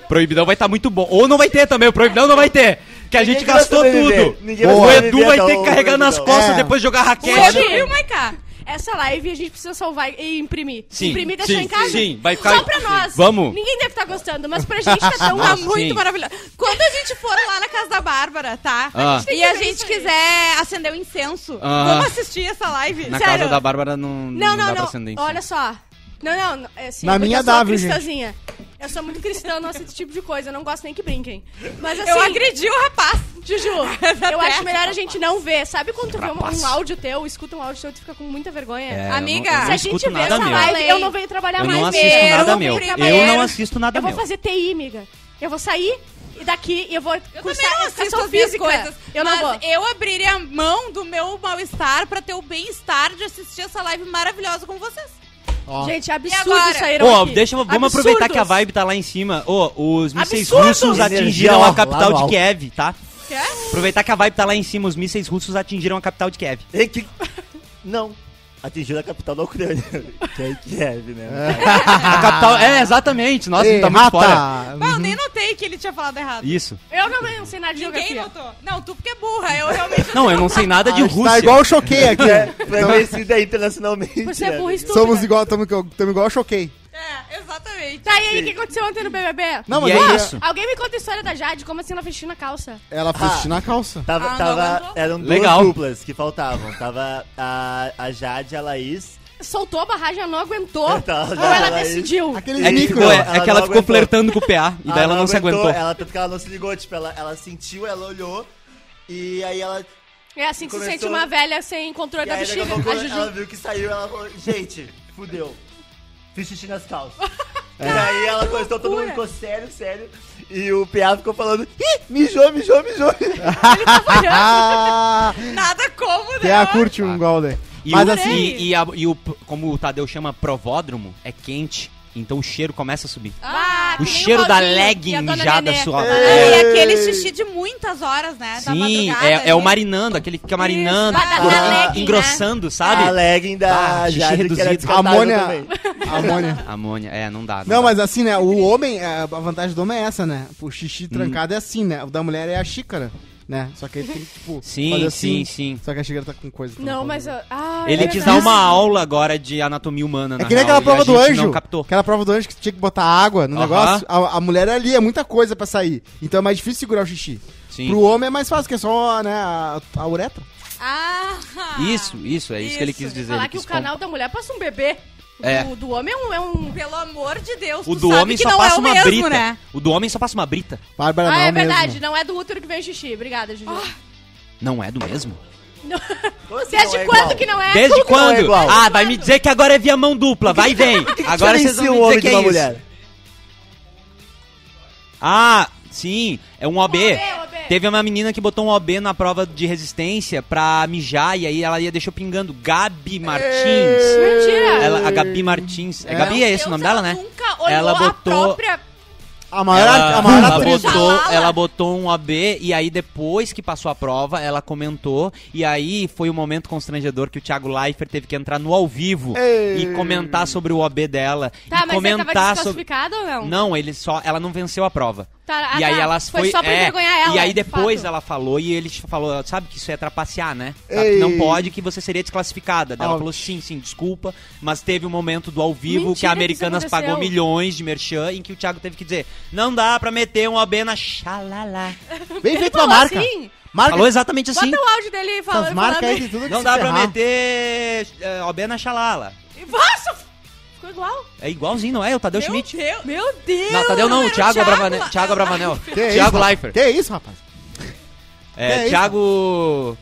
B: Proibidão vai estar muito bom. Ou não vai ter também, o Proibidão não vai ter. Que a gente
F: Ninguém vai
B: gastou
F: sobreviver.
B: tudo.
F: Ninguém vai
B: O
F: sobreviver,
B: Edu vai
F: tá,
B: ter que
F: o
B: carregar nas
F: Proibidão.
B: costas
G: É.
B: depois jogar
C: o
B: raquete.
C: Edu e o Maiká. Essa live a gente precisa salvar e imprimir.
B: Sim,
C: imprimir e deixar
B: sim,
C: em casa.
B: sim, vai ficar-
C: Só pra nós.
B: Vamos.
C: Ninguém deve estar gostando, mas pra gente tá tão
E: Tá
B: Ah,
E: muito
B: sim.
E: maravilhoso. Quando a gente for lá na casa da Bárbara, tá?
B: Ah.
E: A gente tem e a gente quiser acender o incenso,
B: Ah.
E: vamos assistir essa live.
B: Na
E: Sério.
B: casa da Bárbara não,
C: assim? Não, não,
B: dá pra
C: não.
B: acender. incêndio.
C: Olha só. Não, não. não, é assim,
G: Na
C: porque
G: minha
C: eu sou
G: dá, viu,
C: cristãzinha. Eu sou muito cristã, não esse tipo de coisa. Eu não gosto nem que brinquem. Mas assim.
E: Eu agredi o rapaz.
C: Juju, eu
E: terra,
C: acho melhor a gente não ver. Sabe quando tu vê um, um áudio teu, escuta um áudio teu e tu fica com muita vergonha?
B: É, eu
E: Amiga,
B: não, eu
C: Se
B: não
C: a
B: escuto
C: gente vê
B: nada
C: essa
B: meu.
C: live, eu não venho trabalhar
B: Eu
C: mais
B: não assisto
C: mesmo.
B: nada
E: não
B: meu.
E: vou ficar
B: Eu
E: banheiro.
B: não assisto nada
C: Eu vou
B: meu.
C: fazer TI, amiga. Eu vou sair e daqui e eu vou
E: Também
C: cursar
E: não assisto
C: educação
E: as minhas
C: física.
E: coisas.
C: eu não
E: mas
C: vou.
E: eu abriria a mão do meu mal-estar pra ter o bem-estar de assistir essa live maravilhosa com vocês.
G: Ó.
C: Gente,
E: E
C: absurdo
E: agora?
C: saíram
B: Ó,
C: aqui.
B: deixa, eu- vamos
C: Absurdos.
B: aproveitar que a vibe tá lá em cima. Ô, os mísseis
C: Absurdos!
B: russos
G: Energia,
B: atingiram
G: ó,
B: a capital
G: lá no
B: de
G: alto.
B: Kiev, tá?
E: Quer?
B: Aproveitar que a vibe tá lá em cima, os mísseis russos atingiram a capital de Kiev.
F: Ei, que- Não. Atingiu a capital da Ucrânia. Que é Kiev, né?
B: A capital, é, exatamente. Nossa,
G: Ei,
B: tá muito
G: rata.
B: fora.
E: Bah, eu nem notei que ele tinha falado errado.
B: Isso.
C: Eu não, não sei nada de
E: Ninguém
C: geografia.
E: notou. Não, tu porque é burra. Eu realmente
B: Não, eu não sei nada de
G: Ah,
B: Rússia.
G: Tá igual o Choquei aqui.
F: É
G: Então-
F: conhecida internacionalmente.
C: Você é
F: né?
C: burro e estúpido.
G: Somos igual, estamos igual ao Choquei.
E: É, exatamente.
C: Tá, e aí, o que aconteceu ontem no BBB?
G: Não,
B: E
G: mas
B: é
G: ela-
B: isso.
C: Alguém me conta a história da Jade, como assim ela vestiu na calça?
G: ela fez xixi na calça.
E: Ah,
F: Tava,
E: não
F: tava,
E: aguentou?
F: eram duas
B: Legal.
F: duplas que faltavam. Tava a, a Jade e a Laís.
C: Soltou a barragem, ela não aguentou.
E: É,
F: Tá,
C: ou
F: tá,
C: ela
F: ela-
C: decidiu.
G: Aquele
B: É que,
G: micro.
B: ficou- é, é
F: ela
B: que ela
F: não
B: ficou
F: aguentou. Ah,
B: flertando com o PA e daí ela não se aguentou.
F: Ela, tanto que ela não se ligou, tipo, ela, ela sentiu, ela olhou. E aí ela.
C: É assim que
F: Começou-
C: se sente uma velha sem controle
F: E
C: da
F: aí daqui a
C: bexiga.
F: pouco
C: A
F: ela
C: Juju.
F: viu que saiu, ela falou, gente, fudeu. Fiz xixi nas calças. e aí ela gostou, todo mundo ficou sério, sério. E o PA ficou falando, ih, mijou, mijou, mijou.
G: Ah,
E: Nada como, né?
G: PA curte um Golden.
B: E
G: Mas
B: o,
G: assim-
B: e, e a- e o, como o Tadeu chama provódromo, é quente, então o cheiro começa a subir.
E: Ah,
B: o
E: que nem
B: cheiro da
E: Claudinho
B: leg
E: e a dona
B: mijada
E: Nenê.
B: sua.
E: Ah,
B: É.
E: E aquele xixi de muitas horas, né? da
B: Sim,
E: madrugada,
B: é, é o
E: ali.
B: marinando, aquele que fica marinando,
E: Isso, da- da
B: corando,
E: legging, né?
B: engrossando,
F: A
B: sabe?
F: legging da
B: Ah, xixi
F: Jade, que
B: reduzido.
F: era descartável
G: Amônia.
F: também.
G: Amônia.
B: Amônia, é, não dá.
G: Não,
B: dá.
G: mas assim, né? O homem, a a vantagem do homem é essa, né? O
B: Hum.
G: xixi trancado é assim, né? O da mulher é a xícara, né? Só que ele tem que, tipo,
B: Sim,
G: fazer
B: sim,
G: assim.
B: sim.
G: Só que a xícara tá com coisa. então
C: Não,
G: pode
C: mas.
G: ver.
C: eu- Ah,
B: Ele
C: é
B: quis dar
C: verdade.
B: uma aula agora de anatomia humana.
G: É
B: na
G: que nem
B: real, e
G: aquela
B: a
G: prova do
B: gente
G: anjo.
B: Não captou.
G: Aquela prova do anjo que tinha que botar água no
B: Aham.
G: negócio. A, a mulher ali é muita coisa pra sair. Então é mais difícil segurar o xixi.
B: Sim.
G: Pro homem é mais fácil, que é só, né, a, a uretra.
E: Ah!
B: Isso, isso, é isso, que ele
E: Isso.
B: quis dizer.
C: Falar
B: ele
C: que o
B: quis
C: canal da mulher passa um bebê. O
B: É.
C: do- do homem é um. É um...
E: Pelo amor de Deus,
B: com- O
E: tu
B: do
E: sabe
B: homem
E: que
B: só
E: não
B: passa
E: é o
B: uma
E: mesmo,
B: brita.
E: né?
B: O do homem só passa uma brita.
G: Bárbara
C: Ah,
G: não
C: é
G: mesmo.
C: verdade. Não é do útero que vem o xixi. Obrigada, gente.
B: Não é do mesmo?
F: Como assim
C: Desde
F: não é
C: quando
F: igual?
C: que não é?
B: Desde
F: como que não é
B: quando?
F: igual?
B: ah, vai me dizer que agora é via mão dupla, vai e vem. Agora vocês
F: Diferencia
B: vão
F: um
B: me dizer
F: homem de
B: que é
F: uma
B: isso.
F: mulher.
B: Ah, sim, é um OB.
C: OB.
B: Teve uma menina que botou um OB na prova de resistência pra mijar e aí ela ia deixou pingando. Gabi Martins.
C: Mentira.
B: Ela, a Gabi Martins. É,
G: É.
B: Gabi é esse o
E: Deus,
B: nome dela,
E: ela
B: né?
E: Nunca olhou
B: Ela botou-
E: a própria.
G: A maior, é a maior
B: ela
G: atriz.
B: botou,
E: Fala.
B: ela botou um AB e aí depois que passou a prova, ela comentou e aí foi um momento constrangedor que o Thiago Leifert teve que entrar no ao vivo
G: Ei.
B: e comentar sobre o OB dela e
C: Tá, mas ele tava
B: comentar sobre
C: desclassificado ou não?
B: Não, ele só ela não venceu a prova.
C: Tá, ah,
B: e aí
C: tá.
B: ela
C: Foi
B: foi,
C: só pra
B: é,
C: envergonhar ela,
B: E aí
C: de
B: depois
C: fato.
B: ela falou e ele falou, sabe que isso é trapacear, né? Sabe que
G: Ei.
B: não pode que você seria desclassificada. Daí Ela
G: Ouch.
B: falou sim, sim, desculpa, mas teve um momento do ao vivo
C: Mentira
B: que a
C: que
B: Americanas
C: isso
B: pagou
C: aconteceu.
B: milhões de merchan em que o Thiago teve que dizer: "Não dá pra meter um OB na xalala".
G: Bem feito pra
C: Falou
G: marca.
C: assim?
G: Marca
B: Falou exatamente assim.
C: Bota o áudio dele falando.
G: essas marcas aí
C: falando...
G: de tudo que
B: Não
G: se
B: dá pra
G: ferrar.
B: meter eh, OB na xalala.
C: Nossa! Ficou igual.
B: É igualzinho, não é? O Tadeu Schmidt.
E: Deus.
C: Meu Deus!
B: Não, Tadeu não, o
E: era o
B: Thiago
E: Thiago.
B: Abravanel. Thiago Abravanel.
G: Que é
B: Thiago
G: isso, rapaz?
B: Leifert.
G: Que é isso, rapaz?
B: É,
G: Que é isso?
B: Thiago.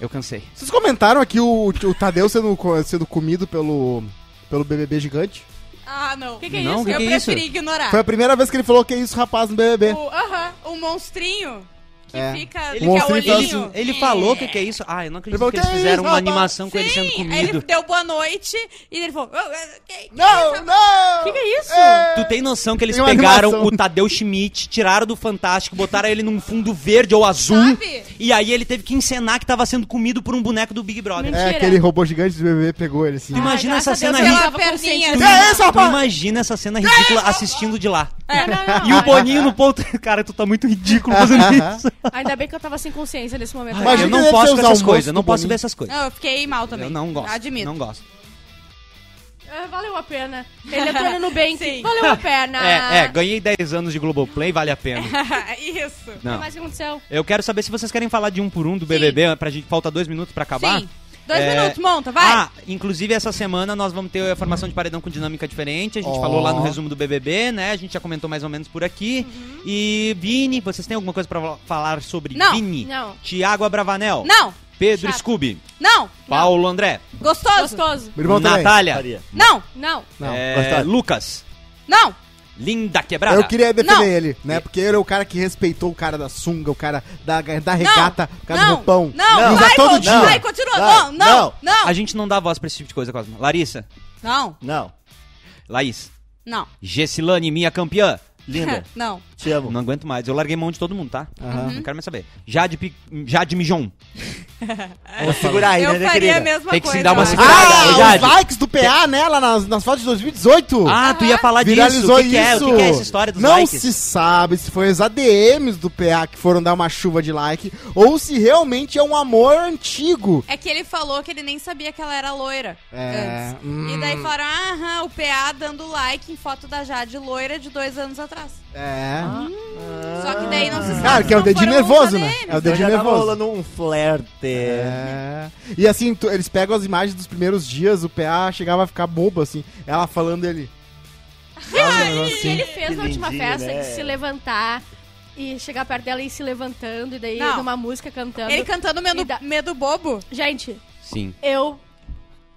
B: Eu cansei.
G: Vocês comentaram aqui o, o Tadeu sendo, co- sendo comido pelo, pelo BBB gigante?
E: Ah, não.
C: O que, que é
B: Não,
C: isso?
B: que
E: eu
B: que é
E: preferi
B: isso?
E: ignorar.
G: Foi a primeira vez que ele falou que é isso, rapaz, no BBB.
E: O, aham, o monstrinho que
G: É.
E: fica.
G: Ele-
E: que é o
G: monstrinho fala
E: olhinho.
B: assim, Ele falou o que, que é isso. Ah, eu não acredito
G: Ele falou,
B: que eles
G: "Que é
B: fizeram
G: isso,
B: uma
G: rapaz?"
B: animação com ele sendo
E: Sim, aí ele
B: comido.
E: deu boa noite e ele falou. "Oh, eh, que- que
G: Não,
E: essa-"
G: não!
C: Que que é isso?
B: Tu tem noção que eles
G: Tem uma
B: pegaram
G: animação.
B: o Tadeu Schmidt, tiraram do Fantástico, botaram ele num fundo verde ou azul.
E: Sabe?
B: E aí ele teve que encenar que tava sendo comido por um boneco do Big Brother.
C: Mentira.
G: É, aquele robô gigante do BBB pegou ele assim.
B: Tu imagina
C: Ai,
B: essa
C: graças a
B: cena
C: Deus,
B: ridícula.
E: Pela
C: tava
E: perninha.
C: consciente.
B: Tu,
G: Que é isso, rapaz?
B: imagina essa cena ridícula assistindo de lá.
C: É, Não, não, não.
B: E o Boninho no ponto. Cara, tu tá muito ridículo fazendo isso.
C: Ainda bem que eu tava sem consciência nesse momento.
G: Imagina
B: eu
G: que deve
B: não
G: ser
B: posso
G: os
B: ver essas
G: almoços
B: coisas, eu não
G: do
B: posso
G: Boninho.
B: ver essas coisas.
E: Não, eu fiquei mal também.
B: Eu não gosto.
E: Admito.
B: Não gosto.
C: Ah, valeu a pena. Ele entrou no Nubank.
E: Sim.
C: Valeu a pena.
B: É, é, ganhei 10 anos de Globoplay, vale a pena.
E: Isso.
C: O que
B: Não.
C: mais que aconteceu?
B: Eu quero saber se vocês querem falar de um por um do BBB, pra gente falta dois minutos pra acabar.
E: Sim. Dois
B: Tá É,
E: minutos, monta, vai.
B: Ah, inclusive essa semana nós vamos ter a formação de paredão com dinâmica diferente. A gente
G: Ó.
B: falou lá no resumo do BBB, né? A gente já comentou mais ou menos por aqui. E Vini, vocês têm alguma coisa pra falar sobre
E: Uhum. Não.
B: Vini?
C: Não.
B: Tiago Abravanel.
E: Não,
B: Pedro
C: Chato.
B: Scooby.
E: não.
B: Paulo André.
E: Gostoso.
C: Gostoso.
G: Meu irmão também.
B: Natália.
F: É. Faria.
E: Não,
C: Não.
G: Não,
B: é,
F: gostosa.
B: Lucas.
E: não.
B: Linda quebrada.
G: Eu queria defender
E: Não.
G: ele, né? Porque ele é o cara que respeitou o cara da sunga, o cara da, da regata, o cara do roupão.
E: Não,
G: Ele usa
E: vai,
G: todo
E: continua,
G: dia.
E: vai, continua. Não,
F: Não,
E: não,
F: não.
E: não.
B: A gente não dá voz pra esse tipo de coisa, Cosmo. Larissa.
E: Não,
F: Não,
B: Laís.
E: não,
B: Gessilane, minha campeã.
F: linda,
E: não.
F: te amo.
B: Não aguento mais. Eu larguei mão de todo mundo, tá?
G: Aham.
B: Não quero mais saber. Jade, Pi- Jade Mijon.
F: Vamos segurar aí,
E: eu
F: né, minha
E: faria
F: querida?
E: a mesma
B: Tem que
E: coisa.
B: se dar uma
E: eu acho.
B: segurada.
G: Ah,
B: Verdade.
G: os likes do PA nela nas, nas fotos de 2018.
B: Ah, tu ia falar disso.
G: Viralizou
B: O que, que é?
G: isso.
B: O que, que é essa história dos
G: Não
B: likes?
G: se sabe se foi os ADMs do PA que foram dar uma chuva de like ou se realmente é um amor antigo.
E: É que ele falou que ele nem sabia que ela era loira
G: É,
E: antes.
G: hum.
E: E daí falaram, aham, o PA dando like em foto da Jade loira de dois anos atrás.
G: É.
E: Só que daí não se sabe.
G: Cara,
E: se
G: que é o
E: não
G: dedinho
E: foram os
G: nervoso, né?
E: ADMs.
G: É o
F: Então
G: dedinho
F: já tava
G: nervoso.
F: rolando um flerte.
G: É. E assim, tu- eles pegam as imagens dos primeiros dias, o PA chegava a ficar bobo, assim. Ela falando ele. assim,
C: que ele fez
F: Que
C: na última
F: lindinho,
C: festa
F: né?
C: de se levantar e chegar perto dela e ir se levantando e daí
E: Não.
C: numa música cantando.
E: Ele cantando medo,
C: E da-
E: medo bobo.
C: Gente,
B: Sim.
C: eu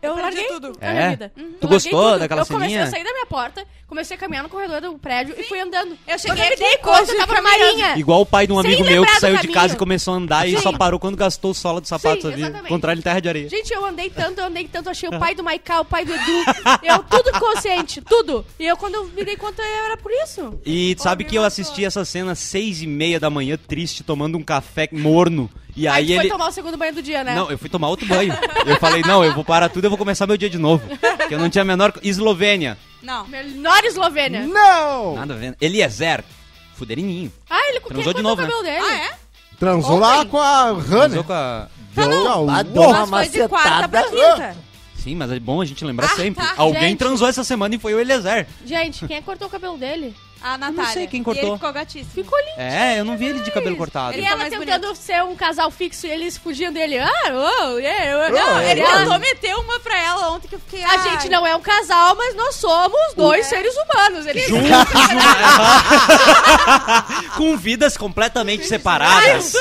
C: Eu
E: perdi
C: larguei
E: tudo.
C: a
B: É?
C: minha vida.
E: Uhum.
B: Tu
C: Eu
B: gostou
C: larguei tudo.
B: daquela
C: Eu comecei
B: ceninha?
C: a sair da minha porta, comecei a caminhar no corredor do prédio e fui andando.
E: Eu
C: Quando
E: cheguei
C: eu me
E: aqui
C: dei
E: e
C: conta, eu tava na marinha.
B: Igual o pai de um
C: É. Sem
B: amigo meu
C: lembrar
B: que
C: do
B: saiu de casa
C: caminho.
B: e começou a andar e
C: Sim.
B: só parou quando gastou o solo do sapato,
C: Sim,
B: sabia?
C: exatamente.
B: Contrário de terra de areia.
C: Gente, eu andei tanto, eu andei tanto, achei o pai do Maiká, o pai do Edu. Eu tudo consciente, tudo. E eu, quando eu me dei conta, era por isso.
B: E tu sabe que eu assisti essa cena às seis e meia da manhã, triste, tomando um café morno. E
C: Aí,
B: aí
C: tu
B: ele.
C: foi tomar o segundo banho do dia, né?
B: Não, eu fui tomar outro banho. Eu falei, não, eu vou parar tudo, eu vou começar meu dia de novo. Que eu não tinha a menor. co- Eslovênia.
E: Não.
C: Melhor Eslovênia.
B: Hum.
G: Não!
B: Nada a ver. Eliézer. Fuderinho.
C: Ah, ele quem
B: Transou de
C: cortou
B: novo, né?
C: o cabelo dele.
E: Ah, é?
G: Transou lá com a Hannah.
B: Transou com a-
F: Ah,
G: Deu
F: dona
G: uma
E: Mas foi de quarta pra
F: macetada.
E: quinta.
B: Sim, mas é bom a gente lembrar
E: Ah,
B: sempre.
E: tá,
B: Alguém
C: gente.
B: transou essa semana e foi o Eliezer.
C: Gente, quem é que cortou o cabelo dele?
E: A Natália.
B: sei quem
E: E
B: cortou.
E: ele ficou gatíssimo.
C: Ficou lindo.
B: É, eu não vi ele de cabelo cortado.
C: E
E: Ele- tá
C: ela
E: mais
C: tentando ser um casal fixo e eles fugiam dele. Ah, oh, yeah, oh,
E: Não,
C: não,
E: ele
C: ah,
E: tentou meter
B: um
E: uma pra ela ontem que eu fiquei...
C: A gente não é um casal, mas nós somos
E: É.
C: dois seres humanos. Ele
B: Com vidas completamente separadas.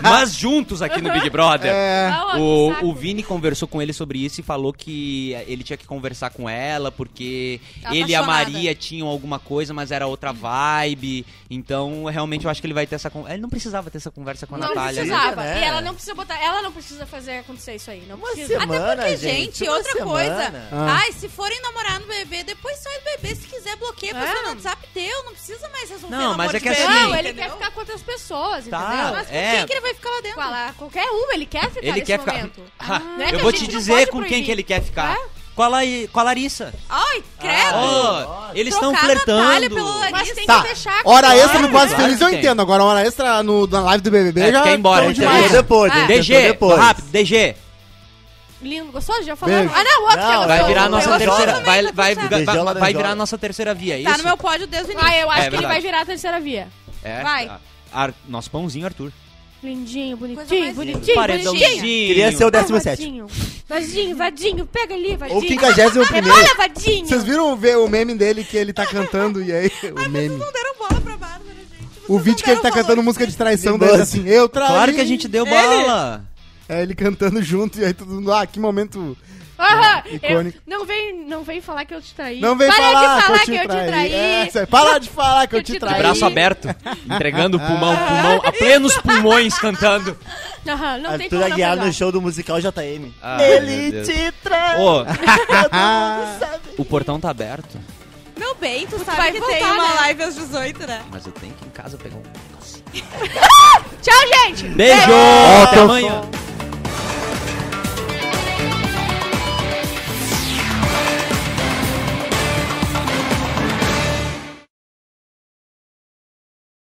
B: mas juntos aqui no Big Brother.
C: Ah, ó, que saco.
B: O, o Vini conversou com ele sobre isso e falou que ele tinha que conversar com ela porque
E: Tá
B: ele e a
E: apaixonada.
B: Maria tinham alguma coisa, mas era outra vibe. Então, realmente, eu acho que ele vai ter essa conversa. Ele não precisava ter essa conversa com a
C: Não
B: Natália. né?
C: precisava.
F: né?
C: E ela não precisa botar. Ela não precisa fazer acontecer isso aí. Não
F: Uma
C: precisa.
F: semana,
E: Porque, gente,
F: uma
E: outra
F: semana.
E: coisa.
B: Ah.
E: Ai, se forem namorar no bebê, depois sai do bebê. Se quiser, bloqueia a pessoa
C: É.
E: no WhatsApp teu. Não precisa mais resolver
B: Não,
E: namoro
B: mas é que
E: de bebê,
B: assim-
C: Ah, Não, ele
E: entendeu?
C: quer ficar com outras pessoas,
B: Tá,
C: entendeu?
E: Mas com
B: É.
E: quem que ele vai ficar lá dentro?
C: Com ela- qualquer uma, ele quer ficar
B: Ele
C: nesse
B: quer ficar.
C: momento.
B: Ah,
C: Não é que
B: eu
C: a
B: vou
C: gente
B: te
C: não
B: dizer
C: pode
B: com quem
C: proibir.
B: que ele quer ficar.
C: É?
B: Com, a Lai- com a Larissa.
E: Ai, credo.
B: Oh, eles estão
E: Ah, Trocar a Natália
B: flertando.
E: pelo Larissa.
C: Mas tem
G: Tá.
C: que deixar.
G: Hora
C: claro.
G: extra no Quase
B: claro
G: Feliz
B: que
G: eu
B: tem.
G: entendo. Agora, hora extra no, na live do BBB
B: É,
G: já...
B: quer ir embora,
G: tão
B: é,
G: demais.
F: Tentou depois,
C: Ah.
F: ele tentou
B: DG,
F: depois.
B: rápido, DG.
C: Lindo, gostou? Já falamos.
G: Beijo.
C: Ah, não, o outro
F: Não,
C: que ela
B: Vai
C: falou.
B: virar a
F: Eu
B: nossa
F: gosto
B: terceira.
E: também,
B: Vai,
E: tá
B: vai,
E: tudo
B: vai, vai,
F: certo.
B: vai virar a
F: Beijola.
B: nossa terceira via, é isso?
E: Tá no meu pódio desde o início.
C: Ah, eu acho
B: É
C: que ele
B: verdade.
C: vai virar a terceira via.
B: É,
E: Vai.
B: a- a- nosso pãozinho, Arthur.
C: Lindinho,
E: Coisa
C: bonitinho,
E: mais
C: bonitinho,
B: Paredãozinho.
C: bonitinho.
F: Queria ser o
C: Ah,
F: 17.
C: vadinho. Vadinho, vadinho, pega ali, vadinho.
F: Ou 51 primeiro.
C: Olha, vadinho.
G: Vocês viram o, ve- o meme dele que ele tá cantando e aí... O meme.
E: Não deram bola pra Bárbara, gente. Vocês
G: O
E: não
G: vídeo que ele
E: deram
G: tá
E: valor.
G: cantando música de traição
F: De
G: dele
F: boa.
G: assim, eu traí.
B: Claro que a gente deu bola.
G: É ele cantando junto e aí todo mundo, ah, que momento.
C: Aham,
G: Icônico.
C: eu- não, vem, não vem falar que eu te traí.
G: Não vem
C: Para
G: falar,
C: de falar
G: que eu te
C: traí.
G: traí. É, isso aí. para de falar que eu,
C: Eu
G: te
C: te
G: traí.
B: De
C: Aí.
B: braço aberto, entregando
F: Ah.
B: o pulmão, pulmão, a plenos pulmões cantando.
C: Aham,
G: é
C: não tem
F: Arthur
C: como não
F: Aguiar
C: pegar.
F: no show do musical JM.
B: Ah, meu
F: ele
B: Deus.
F: te traz.
B: Ô,
F: sabe.
B: o portão tá aberto,
E: Meu bem, tu, sabe
C: vai
E: que
C: voltar,
E: tem uma
C: né?
E: live às 18, né?
B: mas eu tenho que ir em casa pegar um.
C: Tchau, gente!
B: Beijo!
F: Ó,
B: Até
F: teu
B: amanhã!